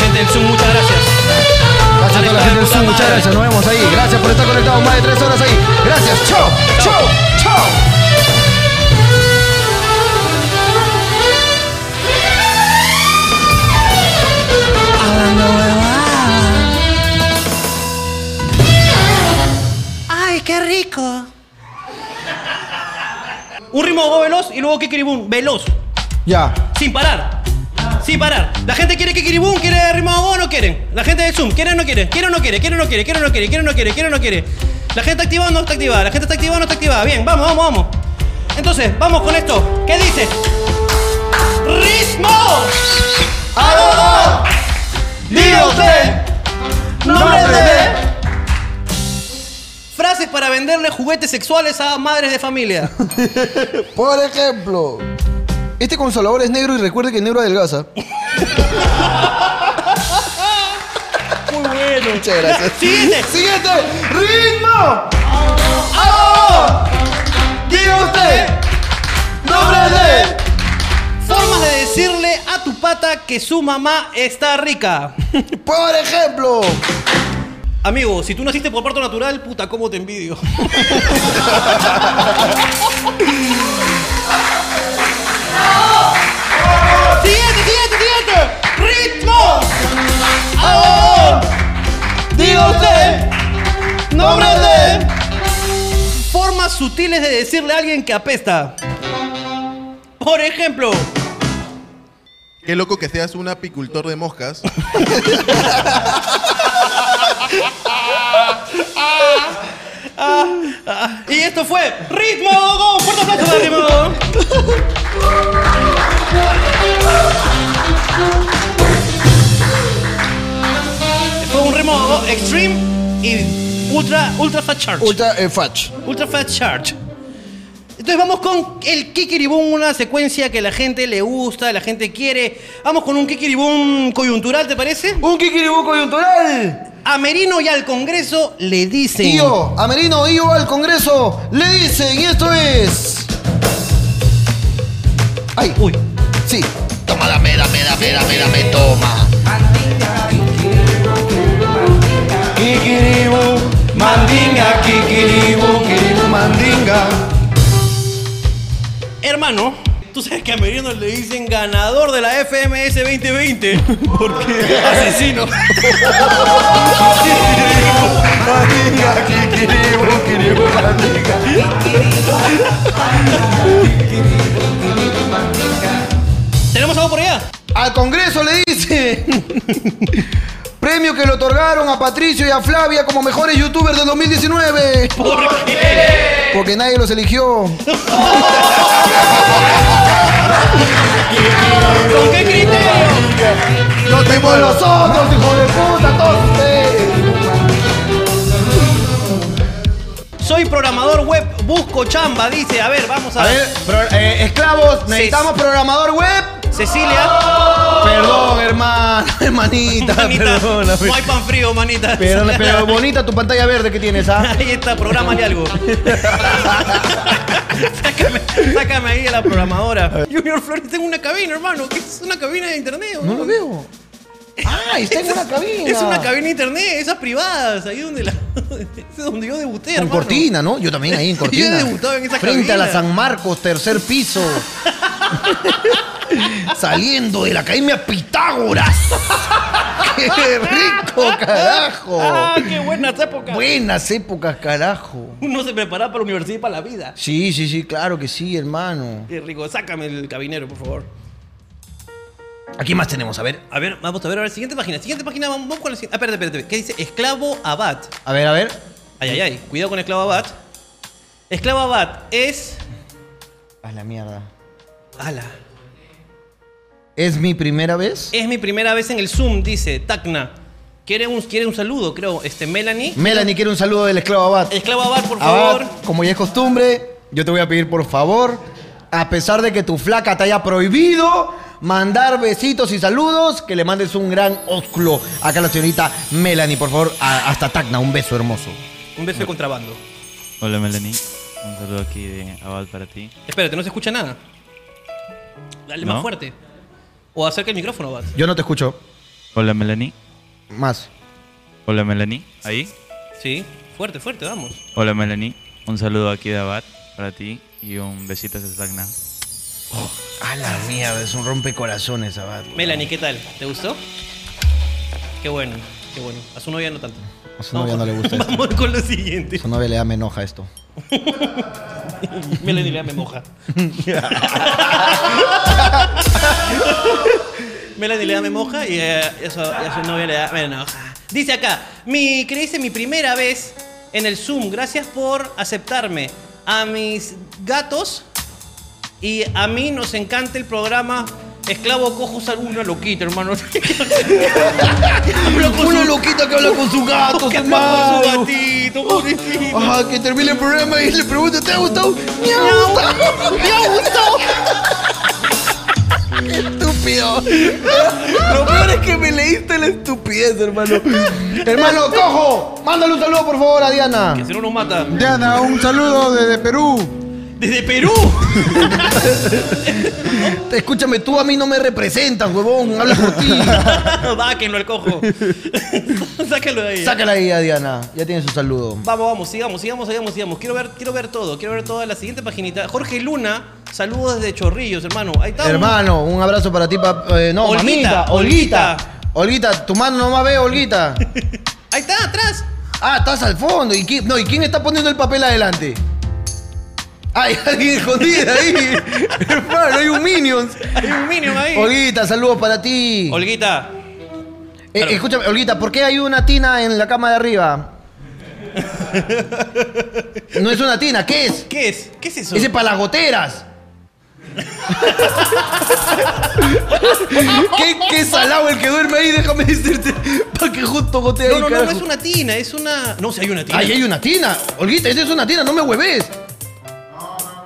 S3: Gente del Zoom, muchas gracias.
S1: Gracias a toda la gente del Zoom, muchas gracias. Nos vemos ahí. Gracias por estar conectados más de tres horas ahí. Gracias. ¡Chao! ¡Chao! ¡Chao!
S4: ¡Ay, qué rico!
S3: Un ritmo go veloz y luego Kikiribun, veloz,
S1: Ya.
S3: sin parar. Sin parar. La gente quiere Kikiribun, quiere ritmo go o no quieren. La gente del Zoom, quiere o no quiere, quiere o no quiere, quiere o no quiere, quiere o no quiere, quiere o no quiere, quiere o no quiere. La gente activada o no está activada, la gente está activada o no está activada. Bien, vamos, vamos, vamos. Entonces, vamos con esto. ¿Qué dice? ¡Ritmo!
S1: ¡Dios
S3: ¡Nombre de! Frases para venderle juguetes sexuales a madres de familia.
S1: Por ejemplo, este consolador es negro y recuerde que el negro adelgaza.
S3: Muy bueno.
S1: Muchas gracias.
S3: Siguiente.
S1: ¡Siguiente! ¡Ritmo!
S3: Diga usted.
S1: ¡Nombre de!
S3: Formas de decirle a tu pata que su mamá está rica.
S1: Por ejemplo,
S3: Amigo, si tú naciste por parto natural, puta, cómo te envidio.
S4: ¡Siguiente, siguiente, siguiente!
S3: ¡Ritmo!
S1: diga usted.
S3: ¡Nombre de! Formas sutiles de decirle a alguien que apesta. Por ejemplo.
S6: Qué loco que seas un apicultor de moscas.
S3: Y esto fue Ritmo Dogón. Fuerte aplauso para Ritmo Dogón. Fue un Ritmo Dogón Extreme y Ultra, ultra Fat Charge.
S1: Ultra eh, Fach.
S3: Ultra Fat Charge. Entonces vamos con el Kikiribum, una secuencia que la gente le gusta, la gente quiere. Vamos con un Kikiribum coyuntural, ¿te parece?
S1: Un kikiribú coyuntural.
S3: A Merino y al Congreso le dicen.
S1: Tío, a Merino, Ío al Congreso, le dicen, y esto es. Ay,
S3: Uy.
S1: sí.
S5: Toma, dame, dame, dame, dame, dame, toma.
S2: Kikiribu, mandinga, kikiribu, kiribu, mandinga.
S3: Hermano, tú sabes que a Merino le dicen ganador de la FMS 2020 porque asesino.
S2: Mandinga, kikiribu, kiribu, mandinga.
S3: ¿Tenemos algo por allá?
S1: Al Congreso le dice. Premio que le otorgaron a Patricio y a Flavia como mejores youtubers del 2019.
S3: ¿Por qué?
S1: Porque nadie los eligió.
S3: ¿Con qué criterio?
S6: ¡No te muevas!
S1: ¡Nosotros, hijo de puta, todos ustedes!
S3: Soy programador web, busco chamba, dice. A ver, vamos a,
S1: A ver, pro- eh, esclavos, necesitamos programador web. Ah,
S3: Cecilia,
S1: Perdón, hermano, hermanita,
S3: manita,
S1: perdóname.
S3: no hay pan frío, manita.
S1: Perdóname, pero bonita tu pantalla verde que tienes, ¿ah?
S3: Ahí está, programale algo. sácame, sácame ahí a la programadora. Junior Flores está en una cabina, hermano. ¿Qué es una cabina de internet?
S1: No lo veo. Ah, está en una cabina.
S3: Es una cabina de internet, esas privadas, ahí donde la. es donde yo debuté,
S1: Con
S3: hermano.
S1: cortina, ¿no? Yo también ahí en
S3: Yo
S1: cortina.
S3: he debutado en esa
S1: Frente a la
S3: cabina.
S1: San Marcos, tercer piso. Saliendo de la Academia Pitágoras. ¡Qué rico, carajo!
S3: ¡Ah, qué buenas épocas!
S1: Buenas épocas, carajo.
S3: Uno se prepara para la universidad y para la vida.
S1: Sí, sí, sí, claro que sí, hermano.
S3: Qué rico, sácame el cabinero, por favor.
S1: Aquí más tenemos, a ver.
S3: A ver, vamos a ver, a ver, siguiente página, siguiente página, vamos vamos con la siguiente. Ah, espérate, espérate, espérate. ¿Qué dice? Esclavo Abad.
S1: A ver, a ver.
S3: Ay, ay, ay, cuidado con Esclavo Abad. Esclavo Abad es.
S1: A la mierda.
S3: Ala.
S1: ¿Es mi primera vez?
S3: Es mi primera vez en el Zoom, dice Tacna. Quiere un, quiere un saludo, creo. Este, Melanie.
S1: Melanie quiere un saludo del esclavo Abad.
S3: Esclavo Abad, por favor.
S1: Abad, como ya es costumbre, yo te voy a pedir por favor, a pesar de que tu flaca te haya prohibido mandar besitos y saludos, que le mandes un gran osclo acá a la señorita Melanie, por favor, a- hasta Tacna, un beso hermoso.
S3: Un beso de contrabando.
S7: Hola Melanie, un saludo aquí de Abad para ti.
S3: Espérate, no se escucha nada. Dale más
S7: ¿No?
S3: fuerte. O acerca el micrófono, Bat.
S1: Yo no te escucho
S7: Hola Melanie,
S1: más.
S7: hola Melanie, ahí.
S3: Sí, fuerte, fuerte, vamos.
S7: Hola Melanie, un saludo aquí de Abad para ti y un besito a Sasagna.
S1: A la mierda, es un rompecorazones, Abad.
S3: Melanie, ¿qué tal? ¿Te gustó? Qué bueno, qué bueno. A su novia no tanto.
S1: A su novia
S3: Vamos-
S1: no le gusta esto.
S3: Vamos con lo siguiente.
S1: Su novia le da me enoja esto.
S3: Melanie ya me moja. Melanie le da me moja y eh, a su, y a su novia le da me enoja. Dice acá, mi, que dice mi primera vez en el Zoom, gracias por aceptarme. A mis gatos y a mí nos encanta el programa Esclavo Cojo Sal- Una loquita, hermano.
S1: Una loquita que habla con sus gatos,
S3: Que habla con su gatito, pobrecito.
S1: Ajá, que termine el programa y le pregunta, ¿te ha gustado? ¡Me ha
S3: Miau.
S1: gustado! ¡Me ha gustado! Estúpido. Lo peor es que me leíste la estupidez, hermano. hermano, cojo, mándale un saludo por favor a
S3: Que
S1: Diana.
S3: si no nos mata.
S1: Diana, un saludo desde Perú.
S3: Desde Perú.
S1: Escúchame, tú a mí no me representas, huevón. Habla por ti.
S3: Sáquenlo al cojo. Sáquenlo de ahí.
S1: Sácala ahí a Diana. Ya tiene su saludo.
S3: Vamos, vamos, sigamos, sigamos, sigamos, sigamos. Quiero ver, quiero ver todo, quiero ver toda la siguiente paginita. Jorge Luna, saludos desde Chorrillos, hermano. Ahí está. un-
S1: Hermano, un abrazo para ti, pap- eh, no,
S3: Olguita,
S1: mamita, Olguita. Olguita, tu mano no más ve, Olguita.
S3: Ahí está, atrás.
S1: Ah, estás al fondo. ¿Y quién, no, ¿y quién está poniendo el papel adelante? Hay alguien escondido ahí. Hermano, hay un Minions.
S3: Hay un Minion ahí.
S1: Olguita, saludos para ti.
S3: Olguita.
S1: Eh, escúchame, Olguita, ¿por qué hay una tina en la cama de arriba? no es una tina, ¿qué es?
S3: ¿Qué es? ¿Qué es eso?
S1: Ese es para las goteras. ¿Qué, qué salado el que duerme ahí, déjame decirte. Para que justo gotea
S3: No,
S1: ahí,
S3: no, no, no
S1: carajo.
S3: es una tina, es una. No, si hay una tina.
S1: Ahí hay una tina. Olguita, esa es una tina, no me hueves.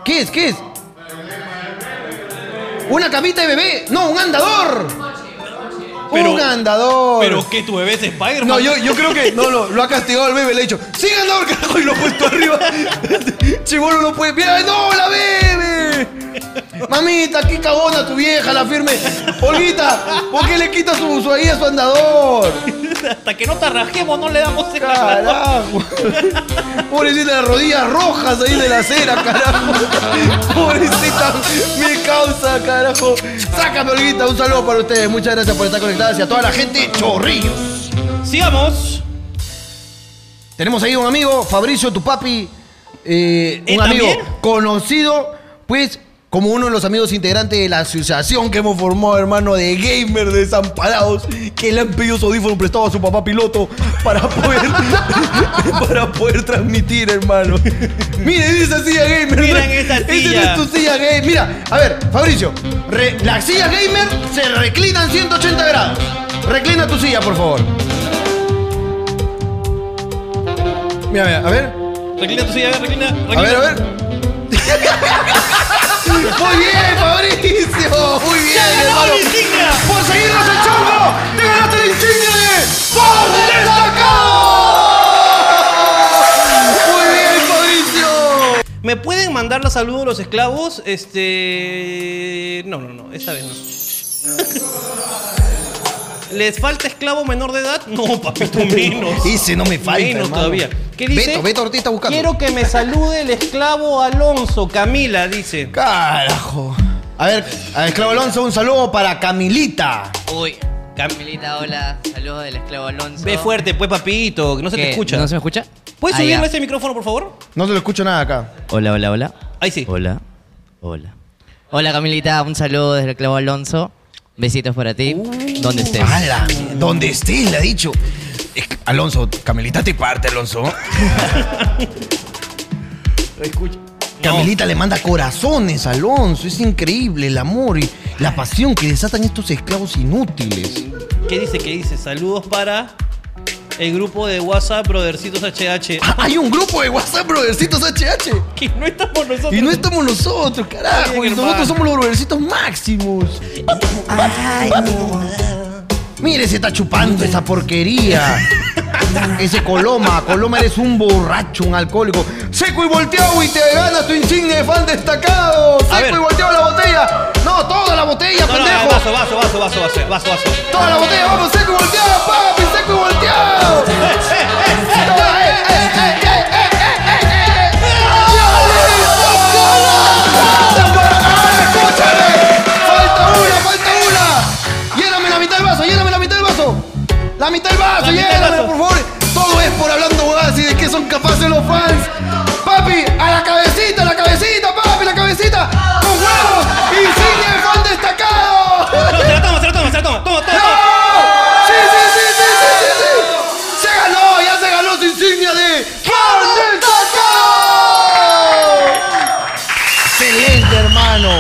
S1: ¿Qué es? ¿Qué es? ¿Una camita de bebé? No, un andador.
S3: Pero-
S1: un andador.
S3: Pero que tu bebé es Spider-Man.
S1: No, yo, yo creo que. No, no, lo ha castigado el bebé, le ha dicho, ¡Sí, andador, carajo! Y lo ha puesto arriba. Chibolo no puede. ¡Mira, no, la bebe! Mamita, qué cagona tu vieja, la firme. Olguita, ¿por qué le quitas su, su ahí a su andador?
S3: Hasta que no te rajemos, no le damos ese calor.
S1: Carajo. Pobrecita, las rodillas rojas ahí de la acera, carajo. Pobrecita, mi causa, carajo. Sácame, Olguita, un saludo para ustedes. Muchas gracias por estar conectadas y a toda la gente, chorrillos.
S3: Sigamos.
S1: Tenemos ahí un amigo, Fabricio, tu papi, eh,
S3: ¿Eh,
S1: un amigo
S3: también?
S1: conocido, pues, como uno de los amigos integrantes de la asociación que hemos formado, hermano, de gamers desamparados, que le han pedido su audífono prestado a su papá piloto para poder, para poder transmitir, hermano. Miren esa silla gamer.
S3: Miren esa
S1: Esa
S3: silla.
S1: no es tu silla gamer. Mira, a ver, Fabricio, re- las sillas gamer se reclinan 180 grados. Reclina tu silla, por favor. Mira, mira, a ver.
S3: Reclina tu silla, reclina, reclina.
S1: A ver, a ver. Muy bien, Fabricio. Muy bien,
S3: ¡Ya ganó
S1: hermano.
S3: la insignia!
S1: Por seguirnos el chongo, te ganaste la insignia de ¡Por destacado! Muy bien, Fabricio.
S3: ¿Me pueden mandar la saludos los esclavos? Este. No, no, no, esta vez no. ¿Les falta esclavo menor de edad? No, papito, menos.
S1: Y si no me falta,
S3: Menos
S1: hermano.
S3: todavía. ¿Qué dice?
S1: Beto, Beto Ortiz está buscando.
S3: Quiero que me salude el esclavo Alonso. Camila dice.
S1: Carajo. A ver, a Esclavo Alonso, un saludo para Camilita.
S8: Uy, Camilita, hola. Saludos del esclavo Alonso.
S3: Ve fuerte, pues, papito, que no se
S8: ¿Qué?
S3: te escucha.
S8: ¿No se me escucha?
S3: ¿Puedes
S8: Ah, ya.
S3: subirle ese micrófono, por favor?
S1: No te lo escucho nada acá.
S8: Hola, hola, hola.
S3: Ahí sí.
S8: Hola, hola. Hola, Camilita. Un saludo desde el esclavo Alonso. Besitos para ti.
S3: Uh.
S8: Donde estés.
S1: ¡Hala! Donde estés, le ha dicho. Es que, Alonso, Camilita te parte, Alonso. Camilita le manda corazones, Alonso. Es increíble el amor y la pasión que desatan estos esclavos inútiles.
S3: ¿Qué dice? ¿Qué dice? Saludos para el grupo de WhatsApp Brodercitos HH.
S1: Ah, Hay un grupo de WhatsApp, brodercitos HH.
S3: Que no estamos nosotros.
S1: Y no estamos nosotros, carajo.
S3: Bien,
S1: y nosotros
S3: hermano.
S1: somos los brodercitos máximos. Mire, se está chupando esa porquería. Ese Coloma, Coloma eres un borracho, un alcohólico. Seco y volteado y te ganas tu insignia de fan destacado.
S3: A
S1: Seco
S3: ver.
S1: y volteado la botella. No, toda la botella,
S3: No, no,
S1: pendejo.
S3: vaso, vaso, vaso, vaso, vaso, vaso, vaso.
S1: Toda la botella, vamos, seco y volteado, papi, seco y volteado. Toda- eh, eh, eh, eh, eh, eh, eh, eh, eh. ¡Falta una, falta una! ¡Lléname la mitad del vaso, lléname la mitad del vaso! ¡La mitad del vaso,
S3: La mitad del
S1: lléname,
S3: vaso.
S1: por favor! Todo es por hablando huevadas y de qué son capaces los fans. ¡Papi, a la cabecita, a la cabecita, papi, la cabecita! ¡Con huevos! ¡Insignia de fan destacado!
S3: No, se la toma, se la toma, se la toma. Toma, toma.
S1: ¡No!
S3: toma.
S1: ¡Oh! ¡Sí, sí, sí, sí, sí, sí, sí! ¡Se ganó! ¡Ya se ganó su insignia de fan destacado! ¡Excelente, hermano!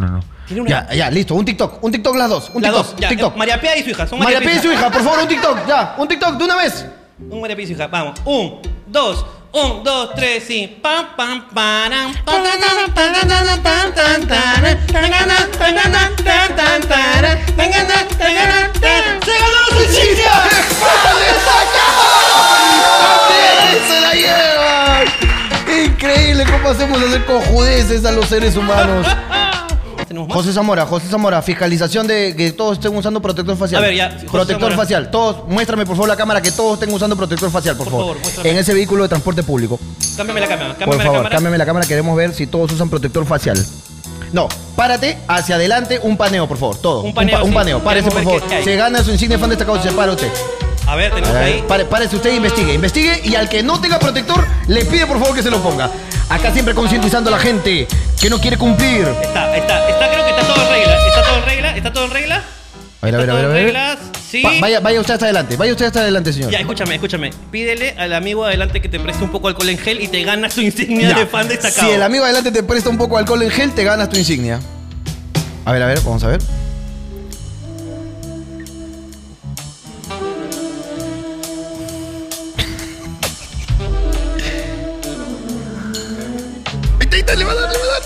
S7: No, no.
S3: Tiene una-
S1: Ya, ya, listo. Un TikTok. Un TikTok las dos. Un
S3: Las
S1: TikTok.
S3: dos. ya,
S1: TikTok.
S3: eh, María Pía y su hija. Son
S1: María
S3: María,
S1: Pía y su hija, por favor, un TikTok. Ya, un TikTok de una vez.
S3: Un María Pía y su hija. Vamos. Un, dos, un, dos, tres y. Pam, pam, param, pam, tan, tan, tan, tan, tan, tan, tan, tan, tan, tan, tan, tan, tan, tan, tan, tan, tan, tan, tan, tan. ¡Se ganó los
S1: ¡Insignia de fan destacado! ¡También se la llevan! Increíble cómo hacemos hacer cojudeces a los seres humanos.
S3: hijos! Tenemos más.
S1: José Zamora, José Zamora, fiscalización de que todos estén usando protector facial.
S3: A ver, ya, José
S1: Protector
S3: Zamora.
S1: facial. Todos, muéstrame por favor la cámara que todos estén usando protector facial, por,
S3: Por
S1: favor.
S3: favor, muéstrame.
S1: en ese vehículo de transporte público.
S3: Cámbiame la cámara.
S1: Por
S3: Cámbiame la
S1: favor,
S3: cámara.
S1: cámbiame la cámara, queremos ver si todos usan protector facial. No, párate hacia adelante, un paneo, por favor, todo.
S3: Un paneo,
S1: un,
S3: sí.
S1: paneo, párese, por
S3: Queremos ver
S1: favor.
S3: qué hay.
S1: Se gana su insignia de este fan destacado, se para usted.
S3: A ver,
S1: A
S3: tenemos
S1: ver,
S3: ahí.
S1: pare- párese usted e investigue, investigue y al que no tenga protector, le pide por favor que se lo ponga. Acá siempre concientizando a la gente que no quiere cumplir.
S3: Está, está, está, creo que está todo en regla. Está todo en regla, está todo en regla.
S1: A ver, a ver, a ver, a ver.
S3: Reglas, sí.
S1: Pa- vaya, vaya usted hasta adelante, vaya usted hasta adelante, señor.
S3: Ya, escúchame, escúchame. Pídele al amigo adelante que te preste un poco de alcohol en gel y te ganas tu insignia
S1: Ya.
S3: de fan destacado.
S1: Si el amigo adelante te presta un poco de alcohol en gel, te ganas tu insignia. A ver, a ver, vamos a ver. Ahí está, ahí está, le va a dar, le va a dar.